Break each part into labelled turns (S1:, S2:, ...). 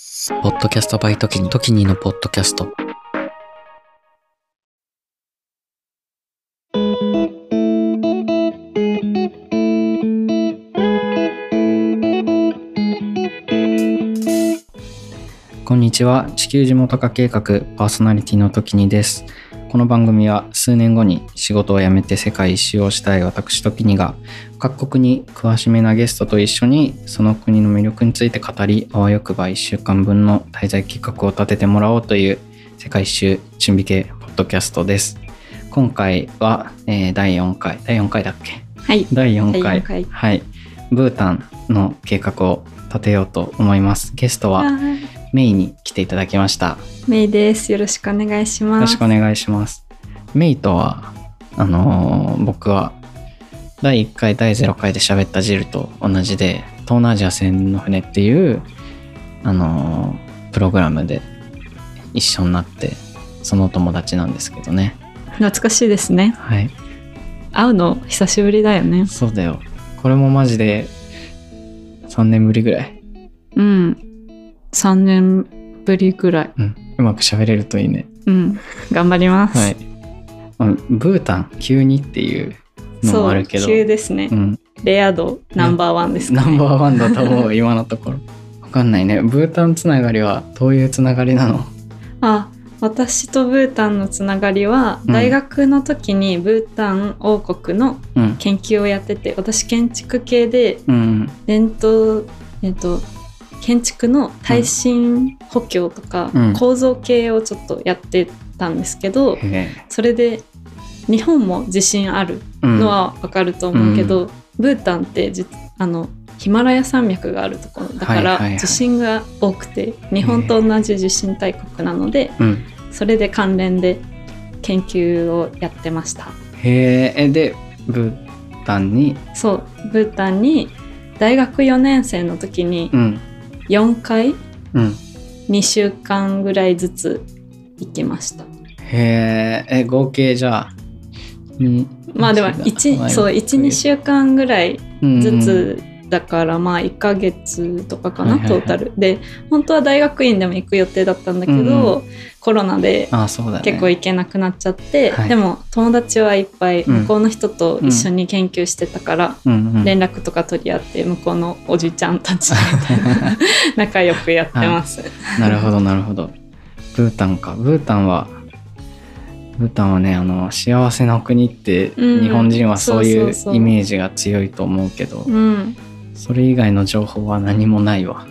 S1: 。ポッドキャストバイトキニ、トキニのポッドキャスト。こんにちは。地球地元化計画パーソナリティのトキニです。この番組は数年後に仕事を辞めて世界一周をしたい私トキニが各国に詳しめなゲストと一緒にその国の魅力について語りあわよくば1週間分の滞在計画を立ててもらおうという世界一周準備系ポッドキャストです今回は、えー第4回第4回だっけ
S2: はい。
S1: 第4回
S2: 第4回
S1: はいブータンの計画を立てようと思いますゲストは
S2: はい
S1: メイに来ていただきました
S2: メイです。よろしくお願いし
S1: よ
S2: ま
S1: ろ
S2: す。
S1: しくお願いします。メイとは、あのー僕は、第1回、第0回で喋ったジルと同じで、東南アジア船の船っていう、あのープログラムで一緒になって、そのお友達なんですけどね。
S2: 懐かしいですね。
S1: はい。
S2: 会うの久しぶりだよね。
S1: そうだよ。これもマジで、3年ぶりぐらい。
S2: うん。3年ぶりぐらい。
S1: うん。うまく喋れるといいね。
S2: うん。頑張ります。
S1: はい。まあブータン、急にっていうの
S2: そ
S1: も
S2: う、
S1: あるけど。
S2: 急ですね。
S1: うん。
S2: レア度ナンバーワンですか
S1: ナ
S2: ね。
S1: ンバーワンだと思う今のところわかんないねブータンつながりはどういうつながりなの
S2: あ、私とブータンのつながりは、
S1: うん
S2: 大学の時にブータン王国の
S1: うん
S2: 研究をやってて、私建築系で
S1: うん
S2: 伝統えっと建築の耐震補強とか、
S1: うん
S2: 構造系をちょっとやってたんですけど、
S1: へえ
S2: それで日本も地震ある
S1: うん
S2: のはわかると思うけど、ブータンってじあのヒマラヤ山脈があるところだか
S1: はいはいは
S2: ら
S1: い
S2: 地震が多くて、日本と同じ地震大国なので
S1: うん
S2: それで関連で研究をやってました。
S1: へええでブータンに
S2: そうブータンに大学4年生の時に
S1: うん
S2: 4回
S1: うん
S2: 2週間ぐらいずつ行きました
S1: へええ合計じゃあに
S2: まあでも
S1: まあ
S2: 1そう12週間ぐらい
S1: うん
S2: ずつだからまあ1ヶ月とかかな、
S1: はいはいはい
S2: トータルで本当は大学院でも行く予定だったんだけど、コロナで
S1: あそうだね
S2: 結構行けなくなっちゃって、
S1: はい
S2: でも友達はいっぱい
S1: うん
S2: 向こうの人と一緒に研究してたから、
S1: うんうん
S2: 連絡とか取り合って向こうのおじちゃんたちみ たいな仲良くやってます、
S1: なるほどなるほどブータンかブータンはブータンはねあの幸せな国って
S2: うん
S1: 日本人はそうい
S2: そう
S1: う
S2: そうそう
S1: イメージが強いと思うけど、
S2: うん
S1: それ以外の情報は何もないわ。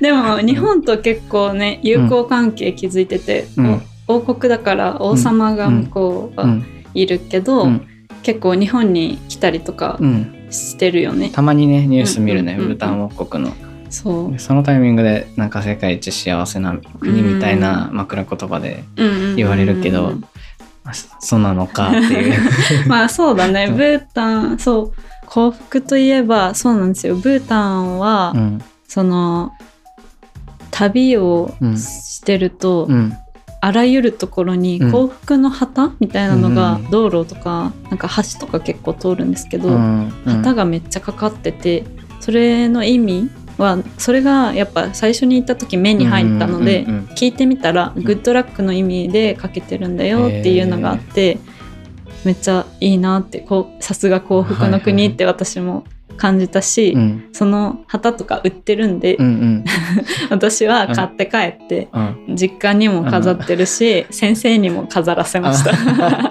S2: でも日本と結構ね友好関係築いてて、
S1: うん
S2: お王国だから王様が向こう
S1: う
S2: は
S1: ん、
S2: いるけど、
S1: うん、
S2: 結構日本に来たりとか
S1: うん、
S2: してるよね、
S1: たまにねニュース見るね、
S2: うんうんうん
S1: ブータン王国の。
S2: そう、うん
S1: でそのタイミングでなんか世界一幸せな国みたいな枕言葉で
S2: うんうん
S1: 言われるけど、あそそうなのかって いう。
S2: まあそうだね
S1: うん
S2: ブータンそう幸福といえばそうなんですよブータンは、
S1: うん、
S2: その旅を
S1: うん
S2: してると、
S1: うん、
S2: あらゆるところに
S1: うん
S2: 幸福の旗みたいなの
S1: う
S2: が
S1: んうん
S2: 道路とかなんか橋とか結構通るんですけど、
S1: うん、
S2: 旗がめっちゃかかっててそれの意味はそれがやっぱ最初に行った時目に入ったので
S1: うんうんうんうん
S2: 聞いてみたらグッドラックの意味でかけてるんだよっていうのがあってめっちゃいいなってこうさすが幸福の国って私も感じたし、
S1: うん、
S2: その旗とか売ってるんで、
S1: うん、 うん、
S2: 私は買って帰って
S1: うん、
S2: 実家にも飾ってるし、先生にも飾らせました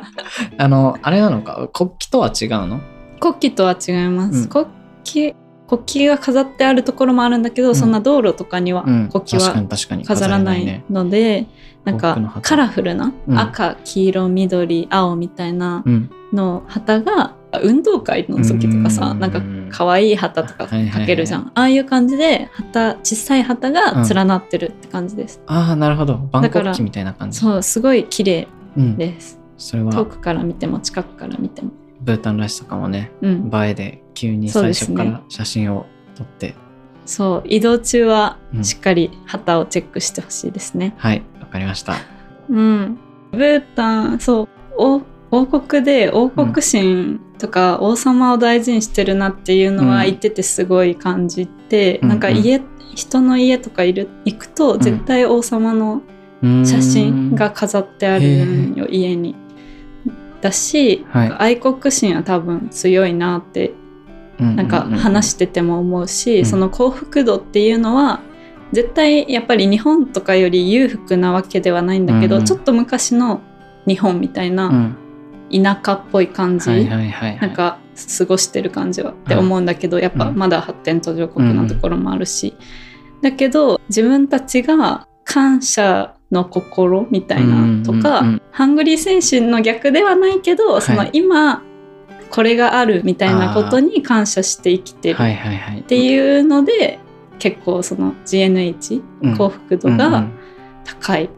S1: あのあれなのか国旗とは違うの？
S2: 国旗とは違います、
S1: うん
S2: 国旗国旗が飾ってあるところもあるんだけど、
S1: うん
S2: そんな道路とかには
S1: うん、
S2: 国旗
S1: 確か
S2: は
S1: に確かに
S2: 飾らないので、なん
S1: 幸福の
S2: か
S1: 旗
S2: カラフルな
S1: うん
S2: 赤、黄色緑青みたいな
S1: 飾らないね
S2: の旗が運動会の時とかさ
S1: うん
S2: なんか可愛い旗とか
S1: はいはいはい
S2: かけるじゃん、ああいう感じで旗小さい旗が連なってるって感じです、
S1: うん、ああなるほど万国旗みたいな感じ。
S2: そうすごい綺麗
S1: うん、
S2: です
S1: それは
S2: 遠くから見ても近くから見ても
S1: ブータンらしさかもね
S2: うん
S1: 映えで急に最初から写真を撮って、
S2: そう移動中は
S1: うん
S2: しっかり旗をチェックしてほしいですね
S1: はいわかりました
S2: うん、ブータンそう王王国で王国心とか王様を大事にしてるなっていうの
S1: う
S2: は
S1: ん
S2: 行っててすごい感じて、
S1: うん
S2: なんか家、人の家とかいる行くと絶対王様の写真が飾ってあるんよ、家に。だし、
S1: はい
S2: 愛国心は多分強いなって
S1: な
S2: なんか話
S1: し
S2: してても思うし、
S1: うん
S2: その幸福度っていうのは絶対やっぱり日本とかより裕福なわけではないんだけど、
S1: うんうん
S2: ちょっと昔の日本みたい
S1: たう
S2: なん田舎っぽい感じ、
S1: はいはいはいはい、
S2: なんか過ごしてる感じはって思うんだけど、やっぱ
S1: うん
S2: まだ発展途上国のところもあるし、だけど自分たちが感謝の心みたいなとか、
S1: うんうんうん
S2: ハングリー精神の逆ではないけど、
S1: はい
S2: その今これがあるみたいなことに感謝して生きてる
S1: はいはいはい、っ
S2: っていうので結構その GNH、
S1: うん
S2: 幸福度が高い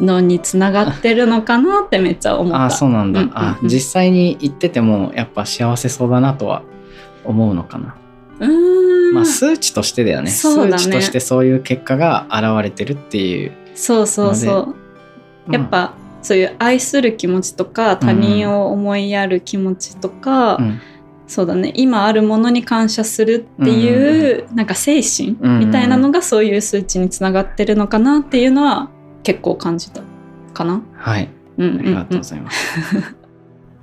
S2: のにつながってるのかなってめっちゃ思っ
S1: あ
S2: た。
S1: あそうなんだ、
S2: うんうんうん
S1: あ実際に行っててもやっぱ幸せそうだなとは思うのかな、
S2: うーん
S1: まあ数値としてだよね
S2: そうだね
S1: 数値としてそういう結果が現れてるっていう、
S2: そうそうそう。やっぱ、そういう愛する気持ちとか他人を思いやる気持ちとか、
S1: うん
S2: そうだね今あるものに感謝するっていう、なんか精
S1: う
S2: 神
S1: んうんうん
S2: みたいなのがそういう数値につながってるのかなっていうのは結構感じたかな。
S1: はい
S2: うん
S1: あ
S2: うん
S1: りが
S2: う
S1: とうご
S2: ん、
S1: ざいます、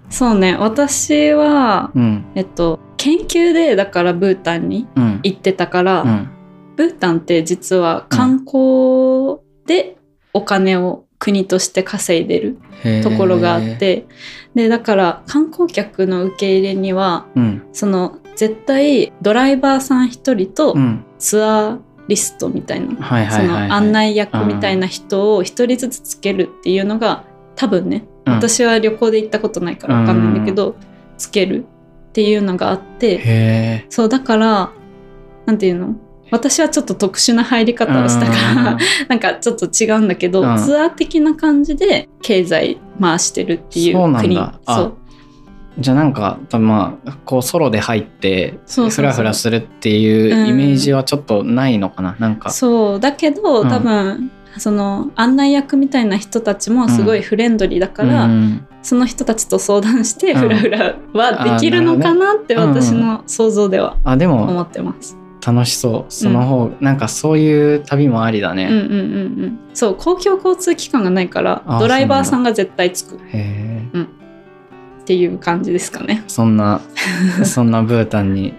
S2: そうね私は、
S1: うん
S2: えっと、研究でだからブータンに
S1: うん
S2: 行ってたから、
S1: うん
S2: ブータンって実は観光でお金を国として稼いでる
S1: へー
S2: ところがあって、でだから観光客の受け入れには
S1: うん
S2: その絶対ドライバーさん一人と
S1: うん
S2: ツアーリストみたいな、
S1: はいは
S2: そ
S1: い
S2: の
S1: はい、
S2: 案内役みたいな人を一人ずつつけるっていうのが多分ね、私は旅行で行ったことないから分かんないんだけど、つけるっていうのがあって。
S1: へえ
S2: そうだからなんていうの私はちょっと特殊な入り方をしたから、なんかちょっと違うんだけど、
S1: うん
S2: ツアー的な感じで経済回してるってい
S1: そう
S2: う
S1: なん
S2: 国
S1: だあ
S2: そう
S1: じゃあなんか多分まあこうソロで入って
S2: そうそうそう
S1: フラフラするっていうイメージはちょっとないのかな、なんか
S2: そうだけど、
S1: うん
S2: 多分その案内役みたいな人たちもすごいフレンドリーだから、
S1: うん
S2: その人たちと相談して
S1: うん
S2: フラフラはできるのかなって
S1: あーなるほどね
S2: 私の想像では
S1: あでも
S2: 思ってます。
S1: 楽しそうその方、なんかそういう旅もありだ
S2: うんうん
S1: ね、
S2: うんうん、そう公共交通機関がないから
S1: あー
S2: ドライバーさんが絶対つく
S1: へえ
S2: っていう感じですかね。
S1: そんな そんなブータンに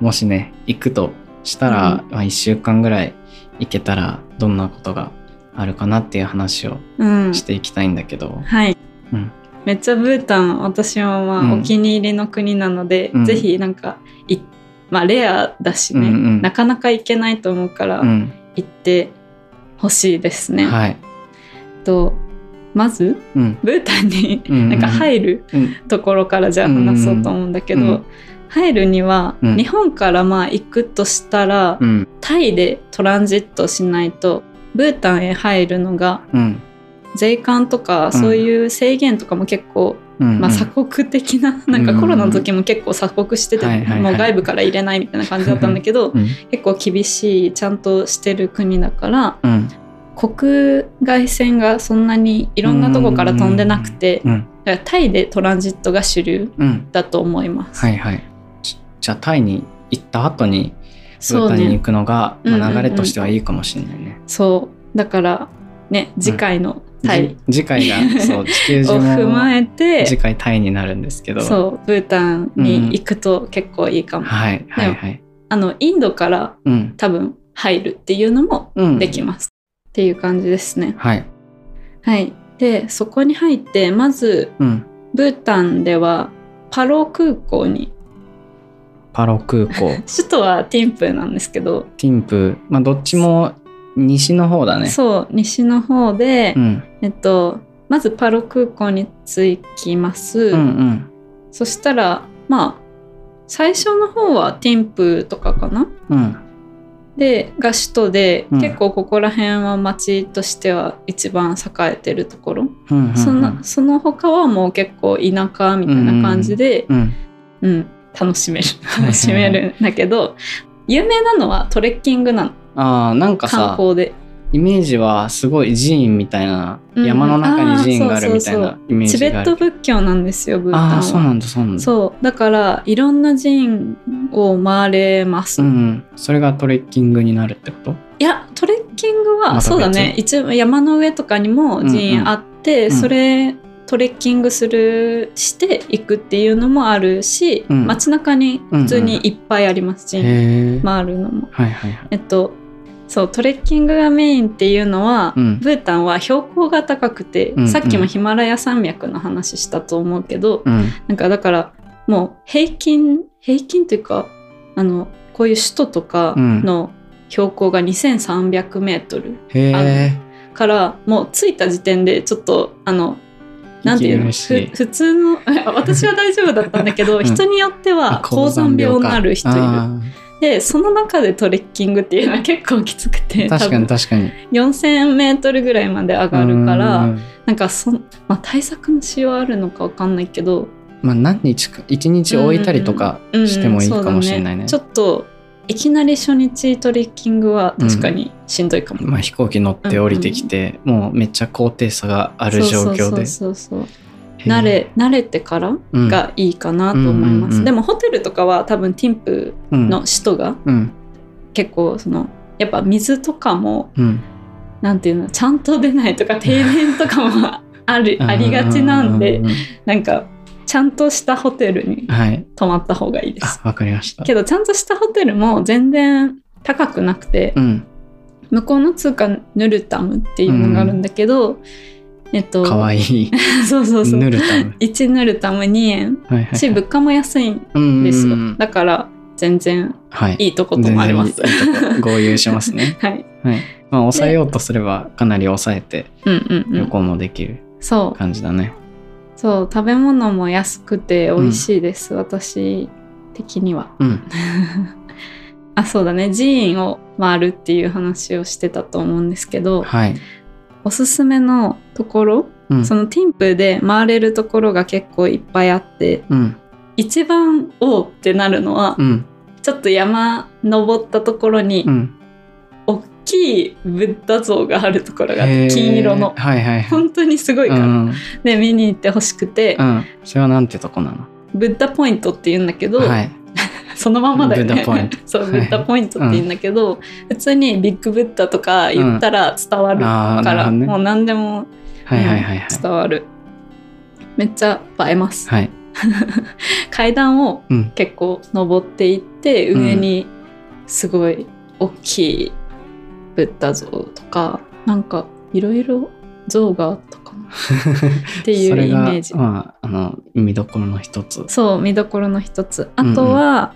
S1: もしね行くとしたら、まあ、1週間ぐらい行けたらどんなことがあるかなっていう話を
S2: うん、
S1: していきたいんだけど、
S2: はい、
S1: うん
S2: めっちゃブータン私はまあ
S1: うん
S2: お気に入りの国なので、
S1: うん
S2: ぜひなんかいまあレアだしね、
S1: うんうん
S2: なかなか行けないと思うから
S1: うん
S2: 行ってほしいですね。
S1: はい、
S2: とまず
S1: うん
S2: ブータンに
S1: うんうん
S2: なんか入る
S1: うん
S2: ところからじゃあ話そうと思うんだけど、
S1: うんうん
S2: 入るには
S1: うん
S2: 日本からまあ行くとしたら、
S1: うん
S2: タイでトランジットしないとブータンへ入るのが
S1: うん
S2: 税関とかそういう制限とかも結構、
S1: うん
S2: まあ、鎖国的ななんかコロナの時も結構鎖国してて、
S1: はいはいはい
S2: もう外部から入れないみたいな感じだったんだけど
S1: うん
S2: 結構厳しいちゃんとしてる国だから
S1: うん
S2: 国外線がそんなにいろんなとこから飛んでなくて
S1: うん
S2: だからタイでトランジットが主流
S1: うん
S2: だと思います。
S1: はいはいじじゃあタイに行った後にブ
S2: そ
S1: ー
S2: う
S1: タンに
S2: ね
S1: 行くのが、
S2: うんうんうん
S1: まあ、流れとしてはいいかもしれないね。
S2: そうだからね次回のタイ
S1: じ次回がそう地球上
S2: を踏ま
S1: の
S2: えて
S1: 次回タイになるんですけど
S2: そうブータンに行くと結構いいかも。
S1: はいはいはい。
S2: あのインドから
S1: うん
S2: 多分入るっていうのも
S1: うん、
S2: できます、っていう感じですね。
S1: はい、
S2: はい、でそこに入ってまず
S1: うん、
S2: ブータンではパロ空港に
S1: パロ空港
S2: 首都はティンプーなんですけど、
S1: ティンプーまあどっちも西の方だね。
S2: そう西の方で、
S1: うん
S2: えっと、まずパロ空港に着きます、
S1: うんうん
S2: そしたらまあ最初の方はティンプーとかかな
S1: うん
S2: でが首都で、
S1: うん
S2: 結構ここら辺は町としては一番栄えてるところ
S1: うんうん
S2: そのその他はもう結構田舎みたいな感じで、
S1: うん
S2: うん楽 しめる
S1: いはい
S2: 楽 しめるんだけど有名なのはトレッキングなの
S1: あーなんか
S2: 観
S1: さ
S2: 光で
S1: イメージはすごい寺院みたいな、
S2: うん
S1: 山の中に寺院があ
S2: あ
S1: る
S2: ー
S1: みたいなイメー
S2: チ
S1: ジ
S2: ベ
S1: があ
S2: ッ
S1: る
S2: ト仏教なんですよブータン
S1: あ
S2: は
S1: あそうなんだそうなんだ
S2: そうだからいろんな寺院を回れます、
S1: ん、それがトレッキングになるってこと
S2: いやトレッキングは、
S1: また別
S2: そうだね一応山の上とかにも寺院あって、
S1: うんうん
S2: それトレッキングするして行くっていうのもあるし、
S1: うん
S2: 街中に普通にいっぱいあります、
S1: へ
S2: 寺院
S1: え、
S2: 回るのも。
S1: はいはいはい
S2: えっとそうトレッキングがメインっていうのは、
S1: うん
S2: ブータンは標高が高くて、
S1: うん
S2: さっき
S1: う
S2: も
S1: ん
S2: ヒマラヤ山脈の話したと思うけど、
S1: うん
S2: なんかだからもう平均平均というかあのこういう首都とかの標高が2300メートル
S1: へえ
S2: からもう着いた時点でちょっとあのなんていうの
S1: 息苦しい
S2: ふ普通の 私は大丈夫だったんだけど、
S1: うん
S2: 人によっては高山病になる人いるでその中でトレッキングっていうのは結構きつくて
S1: る確かに確かに
S2: 多分4,000メートルぐらいまで上がるから
S1: うん
S2: なんかそん、まあ、対策のしようあるのかわかんないけど
S1: まあ何日か一日置いたりとかしてもいいかもしれないね,、
S2: うんそうだねちょっといきなり初日トレッキングは確かにしんどいかも、
S1: まあ、飛行機乗って降りてきて、もうめっちゃ高低差がある状況で
S2: そうそうそうそう
S1: へえ
S2: 慣れ慣れてから
S1: うん
S2: がいいかなと思います、
S1: うんうんうん
S2: でもホテルとかは多分ティンプ
S1: うん
S2: の首都が
S1: うん
S2: 結構そのやっぱ水とかも
S1: うん
S2: なんていうのちゃんと出ないとか停電とかもあるありがちなん
S1: う
S2: で
S1: ううん
S2: なんかちゃんとしたホテルに
S1: はい
S2: 泊まった方がいいです
S1: あわかりました
S2: けどちゃんとしたホテルも全然高くなくて、
S1: うん
S2: 向こうの通貨ヌルタムっていうのがあるんだけど、えっと
S1: かわいい
S2: そうそうそう
S1: ぬるたむ
S2: 1ヌルタム2円
S1: はいはい
S2: し物価も安いん
S1: うん
S2: ですよ、だから全然
S1: はい
S2: いいとこともあります。
S1: 全然いいいいとこ合流しますね
S2: はい
S1: はい。まあ、抑えようとすれば、かなり抑えて、
S2: うんうんう
S1: 旅
S2: ん
S1: 行もできる
S2: そう
S1: 感じだね。
S2: そう食べ物も安くて美味しいです、私的には
S1: うん。
S2: あそうだね寺院を回るっていう話をしてたと思うんですけど
S1: はい。
S2: おすすめのところ
S1: うん。
S2: そのティンプで回れるところが結構いっぱいあって
S1: うん。
S2: 一番「おう」ってなるのは、
S1: うん。
S2: ちょっと山登ったところに、
S1: うん。
S2: 大きいブッダ像があるところがあっ
S1: へ
S2: て
S1: ー
S2: 金色の
S1: はいはいはい。
S2: 本当にすごいか
S1: う
S2: ら、
S1: ん。
S2: で見に行ってほしくて、
S1: うん。それはなんてとこなの。
S2: ブッダポイントって言うんだけど、
S1: はい。
S2: そのままだよね
S1: ブッダポイント
S2: そう
S1: はい
S2: ブッダポイントって言うんだけど、普通にビッグブッダとか言ったら伝わるか
S1: ああ、なる
S2: ら、
S1: ほどね。
S2: もう何でも
S1: はいはいはいはい。
S2: 伝わる、めっちゃ映えます、
S1: はい。
S2: 階段を
S1: うん。
S2: 結構登っていって
S1: うん
S2: 上にすごい大きいブッダ像とかなんかいろいろ像があったかなってい
S1: そうれ
S2: イ
S1: が
S2: メージそう,、
S1: まあ、あの、見どころの一つ。
S2: 見どころの一つあとは、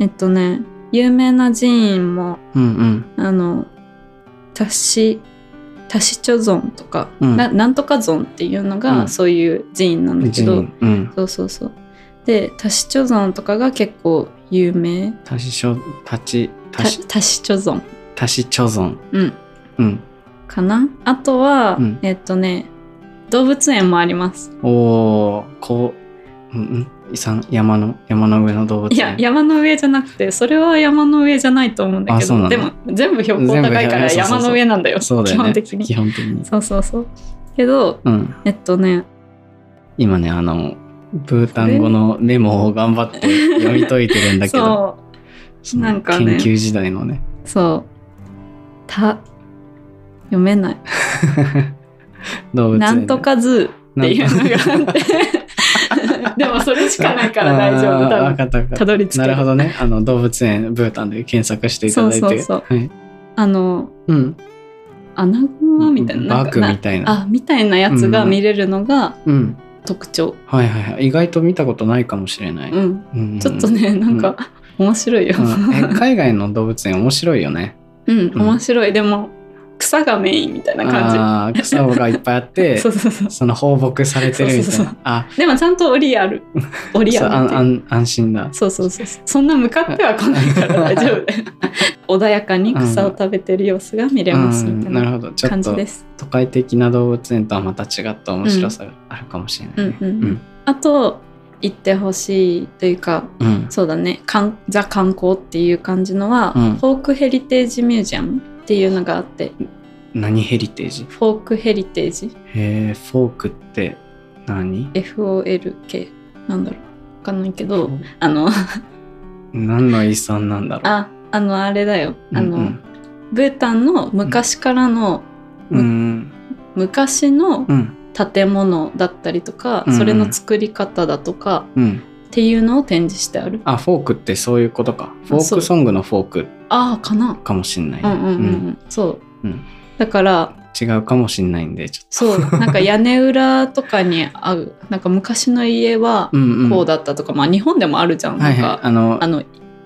S2: えっとね有名な寺院も
S1: うんうん。
S2: あのタシタシチョゾンとか、
S1: うん
S2: ななんとかゾンっていうのが、
S1: うん
S2: そういう寺院なんだけ
S1: 寺
S2: ど
S1: 院うん。
S2: そうそうそうでタシチョゾンとかが結構有名
S1: 多子所、多子、多
S2: タ
S1: 子、
S2: タシチョゾン
S1: 多子貯存。
S2: うん、
S1: うん。
S2: かなあとは、
S1: うん
S2: えっとね動物園もあります
S1: おお、こう、うんうん、さん山の山の上の動物園。
S2: いや山の上じゃなくてそれは山の上じゃないと思うんだけ
S1: あそうな
S2: ど
S1: の
S2: でも全部標高高いから
S1: 全部標高
S2: 山の上なんだよ
S1: そうだ
S2: 基
S1: よね。
S2: 本的に
S1: 基本的に。
S2: そうそうそうけど
S1: うん。
S2: えっとね
S1: 今ね、あの、ブータン語のメモを頑張って読み解いてるんだけど、
S2: そ
S1: その
S2: なんかね
S1: 研究時代のね。
S2: うそうた読めない
S1: 動物園。
S2: なんと。かズーっていうの があってでもそれしかないから大丈夫多
S1: 分
S2: 分
S1: かったわかった
S2: どり着
S1: な
S2: け
S1: るほどね。あの、動物園、ブータンで検索していただいて。
S2: そうそうそ
S1: はい。
S2: あの
S1: うん。
S2: アナグマみたいななん
S1: バ
S2: か
S1: ク
S2: な
S1: みたいな。
S2: あみたいなやつが見れるのが
S1: うん。
S2: 特徴、
S1: はいはいはい。意外と見たことないかもしれない。
S2: うん
S1: うんうん
S2: ちょっとねなんか、面白いよ、
S1: うんえ海外の動物園面白いよね。
S2: うん
S1: うん
S2: 面白いでも草がメインみたいな感
S1: あー草がいっぱいあっ
S2: じ
S1: て
S2: そ
S1: そう
S2: そうそう
S1: の放牧されてるみ
S2: そ
S1: たいう
S2: うそそ
S1: な。あ
S2: でもちゃんと折りある折り
S1: そうあ
S2: あるっ
S1: ん
S2: て
S1: あ
S2: いうん
S1: 安心だ。
S2: そうそうそうそうそんな向かっては来ないから大丈 夫だよ穏やかに草を食べてる様子が見れますみた
S1: うん
S2: い
S1: なる
S2: な
S1: ほどちょ
S2: 感
S1: っ
S2: じ
S1: と
S2: です、
S1: 都会的な動物園とはまた違った面白さがあるかもしれないね。
S2: うんうんあと行ってほしいというか
S1: うんうん
S2: そうだねかんザ観光っていう感じのは、
S1: うん
S2: フォークヘリテージミュージアムっていうのがあって
S1: 何ヘリテージ
S2: フォークヘリテージ
S1: へえフォークって何
S2: FOLK なんだろう分かんないけど
S1: フォー
S2: あの
S1: 何の遺産なんだろう
S2: ああのあれだよあの、
S1: うん
S2: ブータンの昔からの、
S1: うんうん
S2: 昔の
S1: うん
S2: 建物だったりとか、
S1: うんうん
S2: それの作り方だとか
S1: うん
S2: っていうのを展示してある
S1: あフォークってそういうことかフォー
S2: そう
S1: クソングのフォーク
S2: ああかな
S1: かもしんない、
S2: うんうんうん、うん、そ
S1: う
S2: う
S1: ん
S2: だから
S1: 違うかもしんないんでちょっ
S2: そうなんか屋根裏とかに合うなんか昔の家は
S1: と、うんうん、
S2: こうだったとか、まあ日本でもあるじゃん、
S1: はいはい
S2: なんか
S1: あの
S2: あの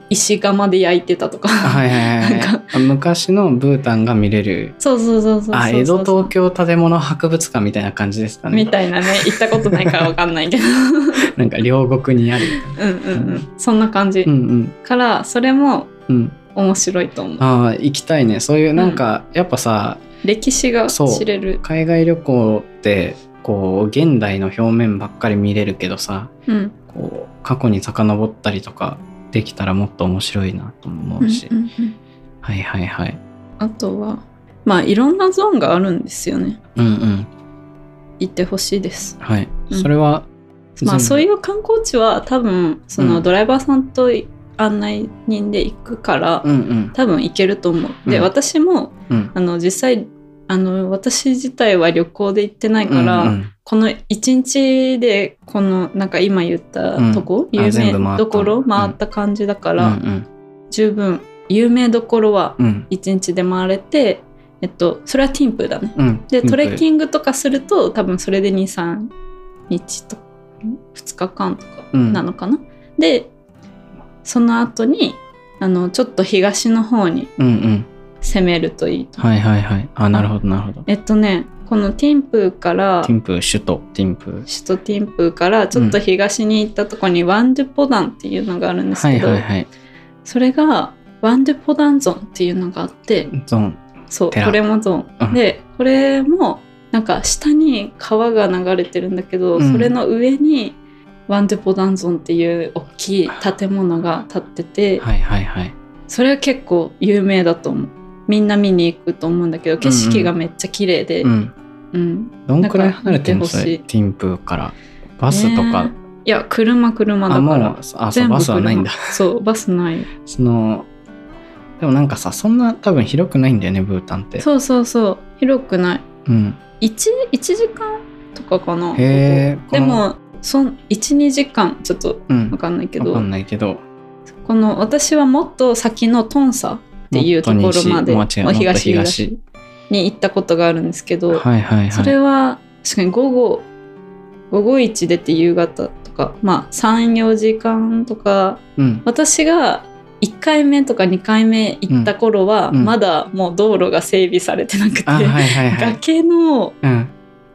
S2: 石窯で焼いてたとか、
S1: はいはいはい
S2: なん
S1: あ昔のブータンが見れる
S2: そうそうそうそうそう
S1: あ江戸東京建物博物館みたいな感じですかね
S2: みたいなね行ったことないからわかんな いけど
S1: なんか両国にある
S2: うんうんうんそんな感じ、
S1: うんうん
S2: からそれも
S1: うん
S2: 面白いと思う
S1: ああ行きたいねそういうなんか、やっぱさ
S2: 歴史が知れる
S1: 海外旅行ってこう現代の表面ばっかり見れるけどさ
S2: うん
S1: こう過去に遡ったりとかできたらもっと面白いなとも
S2: う
S1: 思
S2: ん
S1: うし、
S2: うんうん
S1: はいはいはい
S2: あとはまあいろんなゾーンがあるんですよね
S1: うんうん
S2: 行ってほしいです
S1: はい、
S2: うん
S1: それは
S2: まあそういうう観光地は多分そうの
S1: ん
S2: ドライバーさんと案内人で行くから、
S1: うんうん
S2: 多分行けると思う。で、
S1: うん
S2: 私も
S1: うん
S2: あの実際あの私自体は旅行で行ってないから、
S1: うんうん
S2: この一日でこのなんか今言ったとこ、
S1: うんあ
S2: 有
S1: 全部回った
S2: 名どころ回った感じだか
S1: う
S2: ら、
S1: ん
S2: 十分有名どころは
S1: うんうん
S2: 一日で回れて、えっと、それはティンプだね。
S1: うん
S2: でトレッキ
S1: ン
S2: ングとかすると多分それで23日とか2日間とか
S1: うん
S2: なのかな、でその後にあのちょっと東の方に
S1: うんうん
S2: 攻めるといいと
S1: はいはいはいあなるほどなるほど
S2: えっとねこのティンプーから
S1: ティンプー首都ティンプー
S2: 首都ティンプーからちょっと東に行ったとこにワンドゥポダンっていうのがあるんです
S1: は
S2: け
S1: い
S2: ど、
S1: はいはい
S2: それがワンドゥポダンゾーンっていうのがあって
S1: ゾーン
S2: そう
S1: 寺
S2: これもゾーン、
S1: うん
S2: でこれもなんか下に川が流れてるんだけど、
S1: うん
S2: それの上にワンドゥポダンゾーンっていう大きい建物が建ってて、
S1: はいはいはい
S2: それは結構有名だと思うみんな見に行くと思うんだけど景色がめっちゃ綺麗で、
S1: う
S2: うん
S1: んどんくらい離れてんの
S2: なんか
S1: そ
S2: 見てほし
S1: れ
S2: い
S1: ティンプーからバスとか、
S2: ねいや車車だ
S1: あも
S2: か
S1: う
S2: ら
S1: あそうバスはないんだ
S2: そうバスない
S1: そのでもなんかさそんな多分広くないんだよねブータンって
S2: そうそうそう広くない
S1: うん、
S2: 1, 一時間とかかな
S1: へえ
S2: でもそん12時間ちょっと
S1: うん
S2: わかんないけ
S1: わ
S2: ど
S1: かんないけど
S2: この私はもっと先のトンサっていうところまで
S1: もっと西もう違うも
S2: お
S1: っと
S2: 東
S1: 東
S2: 東に行ったことがあるんですけど、
S1: はいはいはい
S2: それは確かに午後午後1出て夕方とかまあ34時間とか
S1: うん
S2: 私が1回目とか2回目行った頃は、
S1: うんうん
S2: まだもう道路が整備されてなくて、
S1: あはいはいはい
S2: 崖の
S1: うん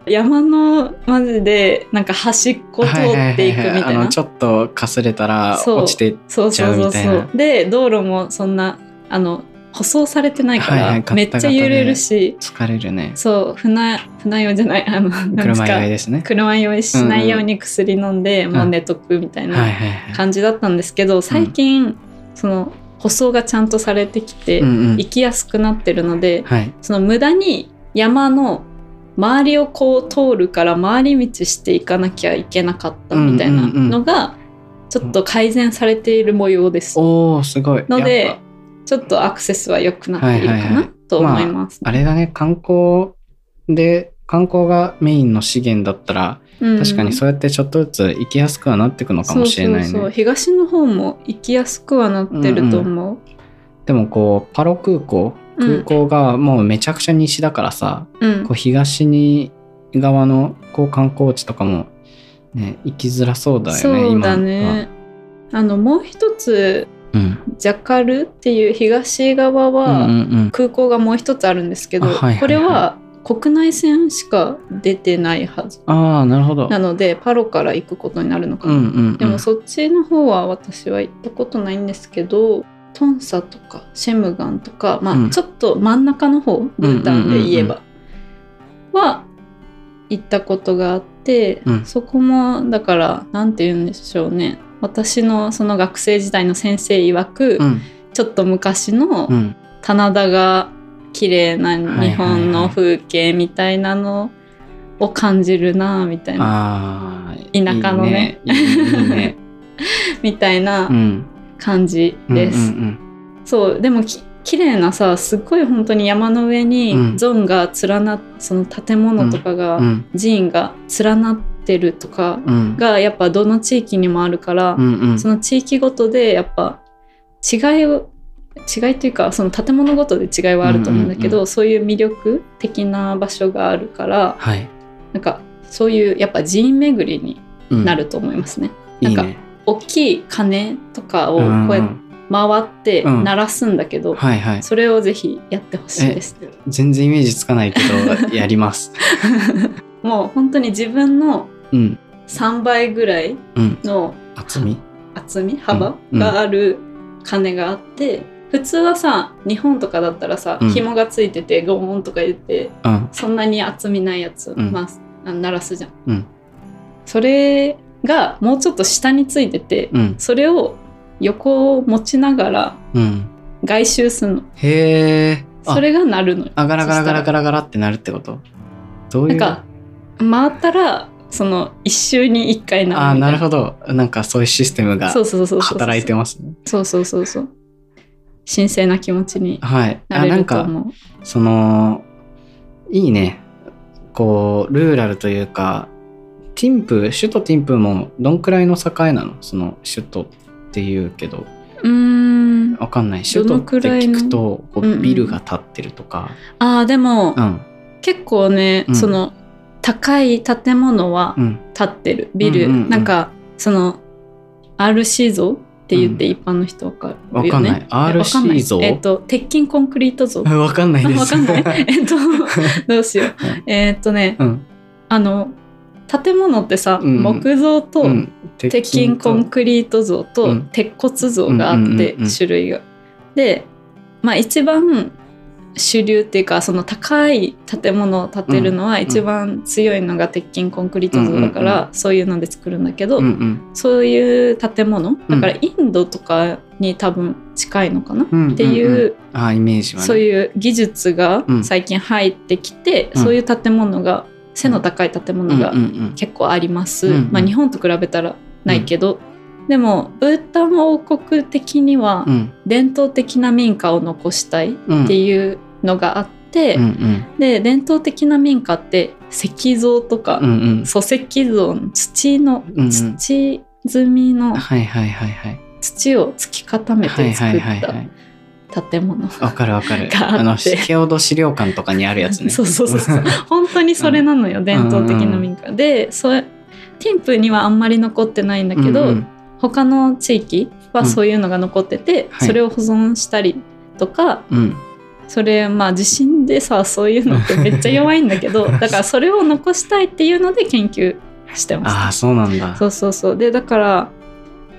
S2: 山のマジでなんか端っこ通っていく
S1: は
S2: み
S1: はは
S2: たい
S1: はあの
S2: な
S1: ちょっとかすれたら
S2: そう
S1: 落ちていっ
S2: そうそ
S1: ちゃ
S2: うそう
S1: うみ
S2: そ
S1: たいう
S2: で道路もそんなあの舗装されてないから、
S1: はいはいガ
S2: め
S1: ッ
S2: っ
S1: タガ
S2: ち
S1: タ
S2: ゃ
S1: で
S2: 揺れるし
S1: 疲れるね
S2: そう船船用じゃないあのなんです
S1: 車
S2: か
S1: 酔いですね
S2: 車酔いしないように薬飲んで、
S1: ん
S2: もう寝とくみたい
S1: はい
S2: な
S1: はいはい
S2: 感じだったんですけど、最近、その舗装がちゃんとされてきて、
S1: うんうん
S2: 行きやすくなってるので
S1: はい
S2: その無駄に山の周りをこう通るから回り道していかなきゃいけなかったみたいなのがちょっと改善されている模様です。
S1: おおすごい
S2: の
S1: やっ
S2: で
S1: ぱ
S2: ちょっとアクセスは良くなっている
S1: は
S2: か
S1: いはいは
S2: ないと思います。
S1: あれだね観光で観光がメインの資源だったら
S2: うん
S1: 確かにそうやってちょっとずつ行きやすくはなっていくのかもしれないね。
S2: そうそうそう東の方も行きやすくはなってると思う。
S1: でもこうパロ空港
S2: うん
S1: 空港がもうめちゃくちゃ西だからさ、
S2: うん
S1: こう東に側のこう観光地とかも、ね、行きづらそうだよね
S2: そう
S1: 今
S2: だ
S1: は
S2: ね。あのもう一つ
S1: うん、
S2: ジャカルっていう東側
S1: うんう
S2: は
S1: ん
S2: 空港がもう一つあるんですけど、
S1: あはいはいはい
S2: これは国内線しか出てないはず
S1: うん、ああなるほど。
S2: なのでパロから行くことになるのか
S1: うん
S2: な。
S1: うんうん、
S2: でもそっちの方は私は行ったことないんですけどトンサとかシェムガンとか、ま
S1: う
S2: あ、
S1: ん
S2: ちょっと真ん中の方ブータンで言えばは行ったことがあって、
S1: うん
S2: そこもだから何て言うんでしょうね私のその学生時代の先生曰く、
S1: うん
S2: ちょっと昔の
S1: うん
S2: 棚田が綺麗な日本の風景みたいなのを感じるなみたいな、
S1: あー
S2: 田舎のね
S1: いいねいいね
S2: みたいな
S1: うん
S2: 感じです。
S1: うんうん
S2: そうでもき綺麗なさすっごい本当に山の上
S1: うん
S2: にゾーンが連なっその建物とかが、
S1: うんうん
S2: 寺院が連なってるとか
S1: うん
S2: がやっぱどの地域にもあるから、
S1: うんうん
S2: その地域ごとでやっぱ違いを違いというかその建物ごとで違いはあると思うんだけど、
S1: うんうんう
S2: そういう魅力的な場所があるから
S1: はい
S2: なんかそういうやっぱ寺院巡りに
S1: うん
S2: なると思いますね。
S1: いい
S2: なん
S1: ね
S2: 大きい鐘とかをこ
S1: うん
S2: うやって回って
S1: うん
S2: 鳴らすんだけど、
S1: はいはい
S2: それをぜひやってほしいです。
S1: 全然イメージつかないけ どやります
S2: もう本当に自分の
S1: うん
S2: 3倍ぐらい
S1: うん
S2: の
S1: 厚み
S2: 厚み幅
S1: うん
S2: がある鐘があって、普通はさ日本とかだったらさ、
S1: うん
S2: 紐がついててゴーンとか言って
S1: うん
S2: そんなに厚みないやつ、
S1: うん
S2: まああの鳴らすじゃん。
S1: うん
S2: それがもうちょっと下についてて、
S1: うん
S2: それを横を持ちながら
S1: うん
S2: 外周するの
S1: へえ
S2: それが鳴るのよ
S1: あガラガラガラガラガラってなるってことどうい
S2: なん
S1: う
S2: か回ったらその一周に一回
S1: ああ
S2: なるみた
S1: ないるほどなんかそういうシステムが
S2: そうそうそうそう
S1: 働いてますね
S2: そうそうそうそう神聖な気持ちに
S1: はい
S2: な
S1: あ
S2: れ
S1: な
S2: る
S1: ん
S2: と
S1: か
S2: 思う
S1: そのいいねこうルーラルというかティンプ首都ティンプもどんくらいの境なのその首都っていうけど
S2: うーん
S1: わかんない
S2: ど
S1: 首都
S2: の
S1: って
S2: くらい
S1: 聞
S2: の
S1: くとこ
S2: うんう
S1: うんビルが建ってるとか、
S2: ああでも、
S1: うん
S2: 結構ね、
S1: うん
S2: その高い建物は
S1: うん
S2: 建ってるビル、
S1: うんうんうん
S2: なんかその RC 像って言って
S1: うん
S2: 一般の人わか
S1: わ
S2: る
S1: か
S2: よ
S1: ん
S2: ね
S1: ない
S2: えわかんない
S1: RC 像
S2: えっ、と鉄筋コンクリート像わ
S1: わかんない です
S2: かんない えっとどうしよう
S1: はい
S2: えっとね
S1: うん
S2: あの建物ってさ、
S1: うん
S2: 木造と
S1: うん
S2: 鉄筋コンクリート像
S1: う
S2: と
S1: ん
S2: 鉄骨像があっ
S1: うんうん
S2: て
S1: うんうん
S2: 種類が。で、まあ、一番主流っていうかその高い建物を建てるのは
S1: ん
S2: 一番強いのが鉄筋コンクリート像だか
S1: うん
S2: らそういうので作るんだけど、
S1: うんうん
S2: そういう建物だから
S1: う
S2: インドとかに多分近いのかな、
S1: うんうんうん
S2: っていう
S1: あーイメージはね
S2: そういう技術が
S1: うん
S2: 最近入ってきて、
S1: うん
S2: そういう建物が背の高い建物が
S1: うんうん
S2: 結構あります、
S1: うんうん
S2: まあ、日本と比べたらないけど、でもブータン王国的には
S1: うんうん
S2: 伝統的な民家を残したいっ
S1: うん
S2: ていうのがあって、
S1: うんうん
S2: で伝統的な民家って石像とか、
S1: うんうん
S2: 礎石像の土の、
S1: うんうん
S2: 土積みの
S1: はいはいはいはい
S2: 土を突き固め
S1: はい
S2: て
S1: は
S2: 作
S1: い
S2: っ
S1: はいはい
S2: た建物。
S1: わかるわかる。
S2: があって
S1: あの、しけおど資料館とかにあるやつね。
S2: そうそうそう そう。本当にそれなのよ、伝統的な民家でそれティンプにはあんまり残ってないんだけど、
S1: うん
S2: 他の地域
S1: う
S2: は
S1: ん
S2: そういうのが残ってて、
S1: はい
S2: それを保存したりとか
S1: うん、うん
S2: それまあ地震でさそういうのってめっちゃ弱いんだ けどだからそれを残したいっていうので研究して
S1: あ
S2: ま
S1: あ、
S2: す。
S1: そうなんだ。
S2: そうそうそうでだから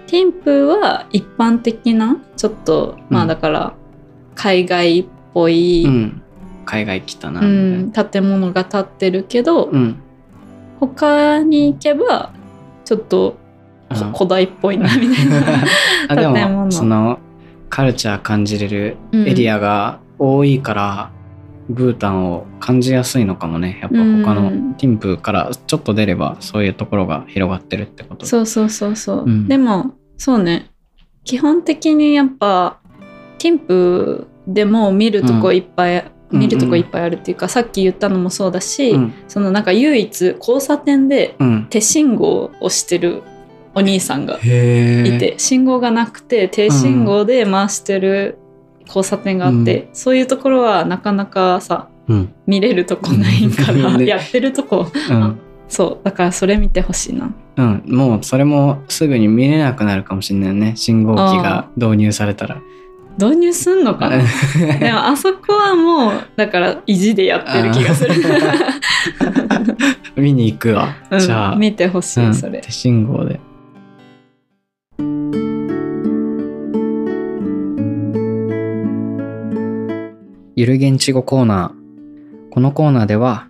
S2: ティンプは一般的なちょっとま
S1: う
S2: あ
S1: ん
S2: だから海外っぽい、
S1: うん。海外来たな。
S2: う
S1: みたい
S2: ん建物が建ってるけど、
S1: なうん。
S2: 他に行けばちょっとこ
S1: あの
S2: 古代っぽいなみたいな。
S1: あで
S2: 建
S1: も、
S2: 物
S1: その、カルチャー感じれる
S2: うん
S1: エリアが多いから、ブータンを感じやすいのかもね。やっぱ他
S2: う
S1: の
S2: ん
S1: ティンプーからちょっと出れば、そういうところが広がってるってこと。
S2: そうそうそうそう、
S1: うん
S2: でもそうね基本的にやっぱティンプでも見るとこいっぱい、
S1: うん
S2: 見るとこいっぱいあるっていうか、さっき言ったのもそうだし、
S1: うん。
S2: そのなんか唯一交差点で
S1: うん。
S2: 手信号をしてるお兄さんが
S1: へえ。
S2: いて、信号がなくて手信号で回してる交差点があって、そういうところはなかなかさ
S1: うん。
S2: 見れるとこないから、
S1: ね
S2: やってるとこ
S1: うん。
S2: そうだからそれ見てほしいな
S1: うん、もうそれもすぐに見れなくなるかもしれないね信号機が導入されたら。
S2: 導入すんのかな でもあそこはもうだから意地でやってる気がする。
S1: 見に行くわ、
S2: うん
S1: じゃあ、
S2: 見てほし
S1: う
S2: い
S1: ん
S2: それ
S1: 手。信号でゆる現地語コーナーこのコーナーでは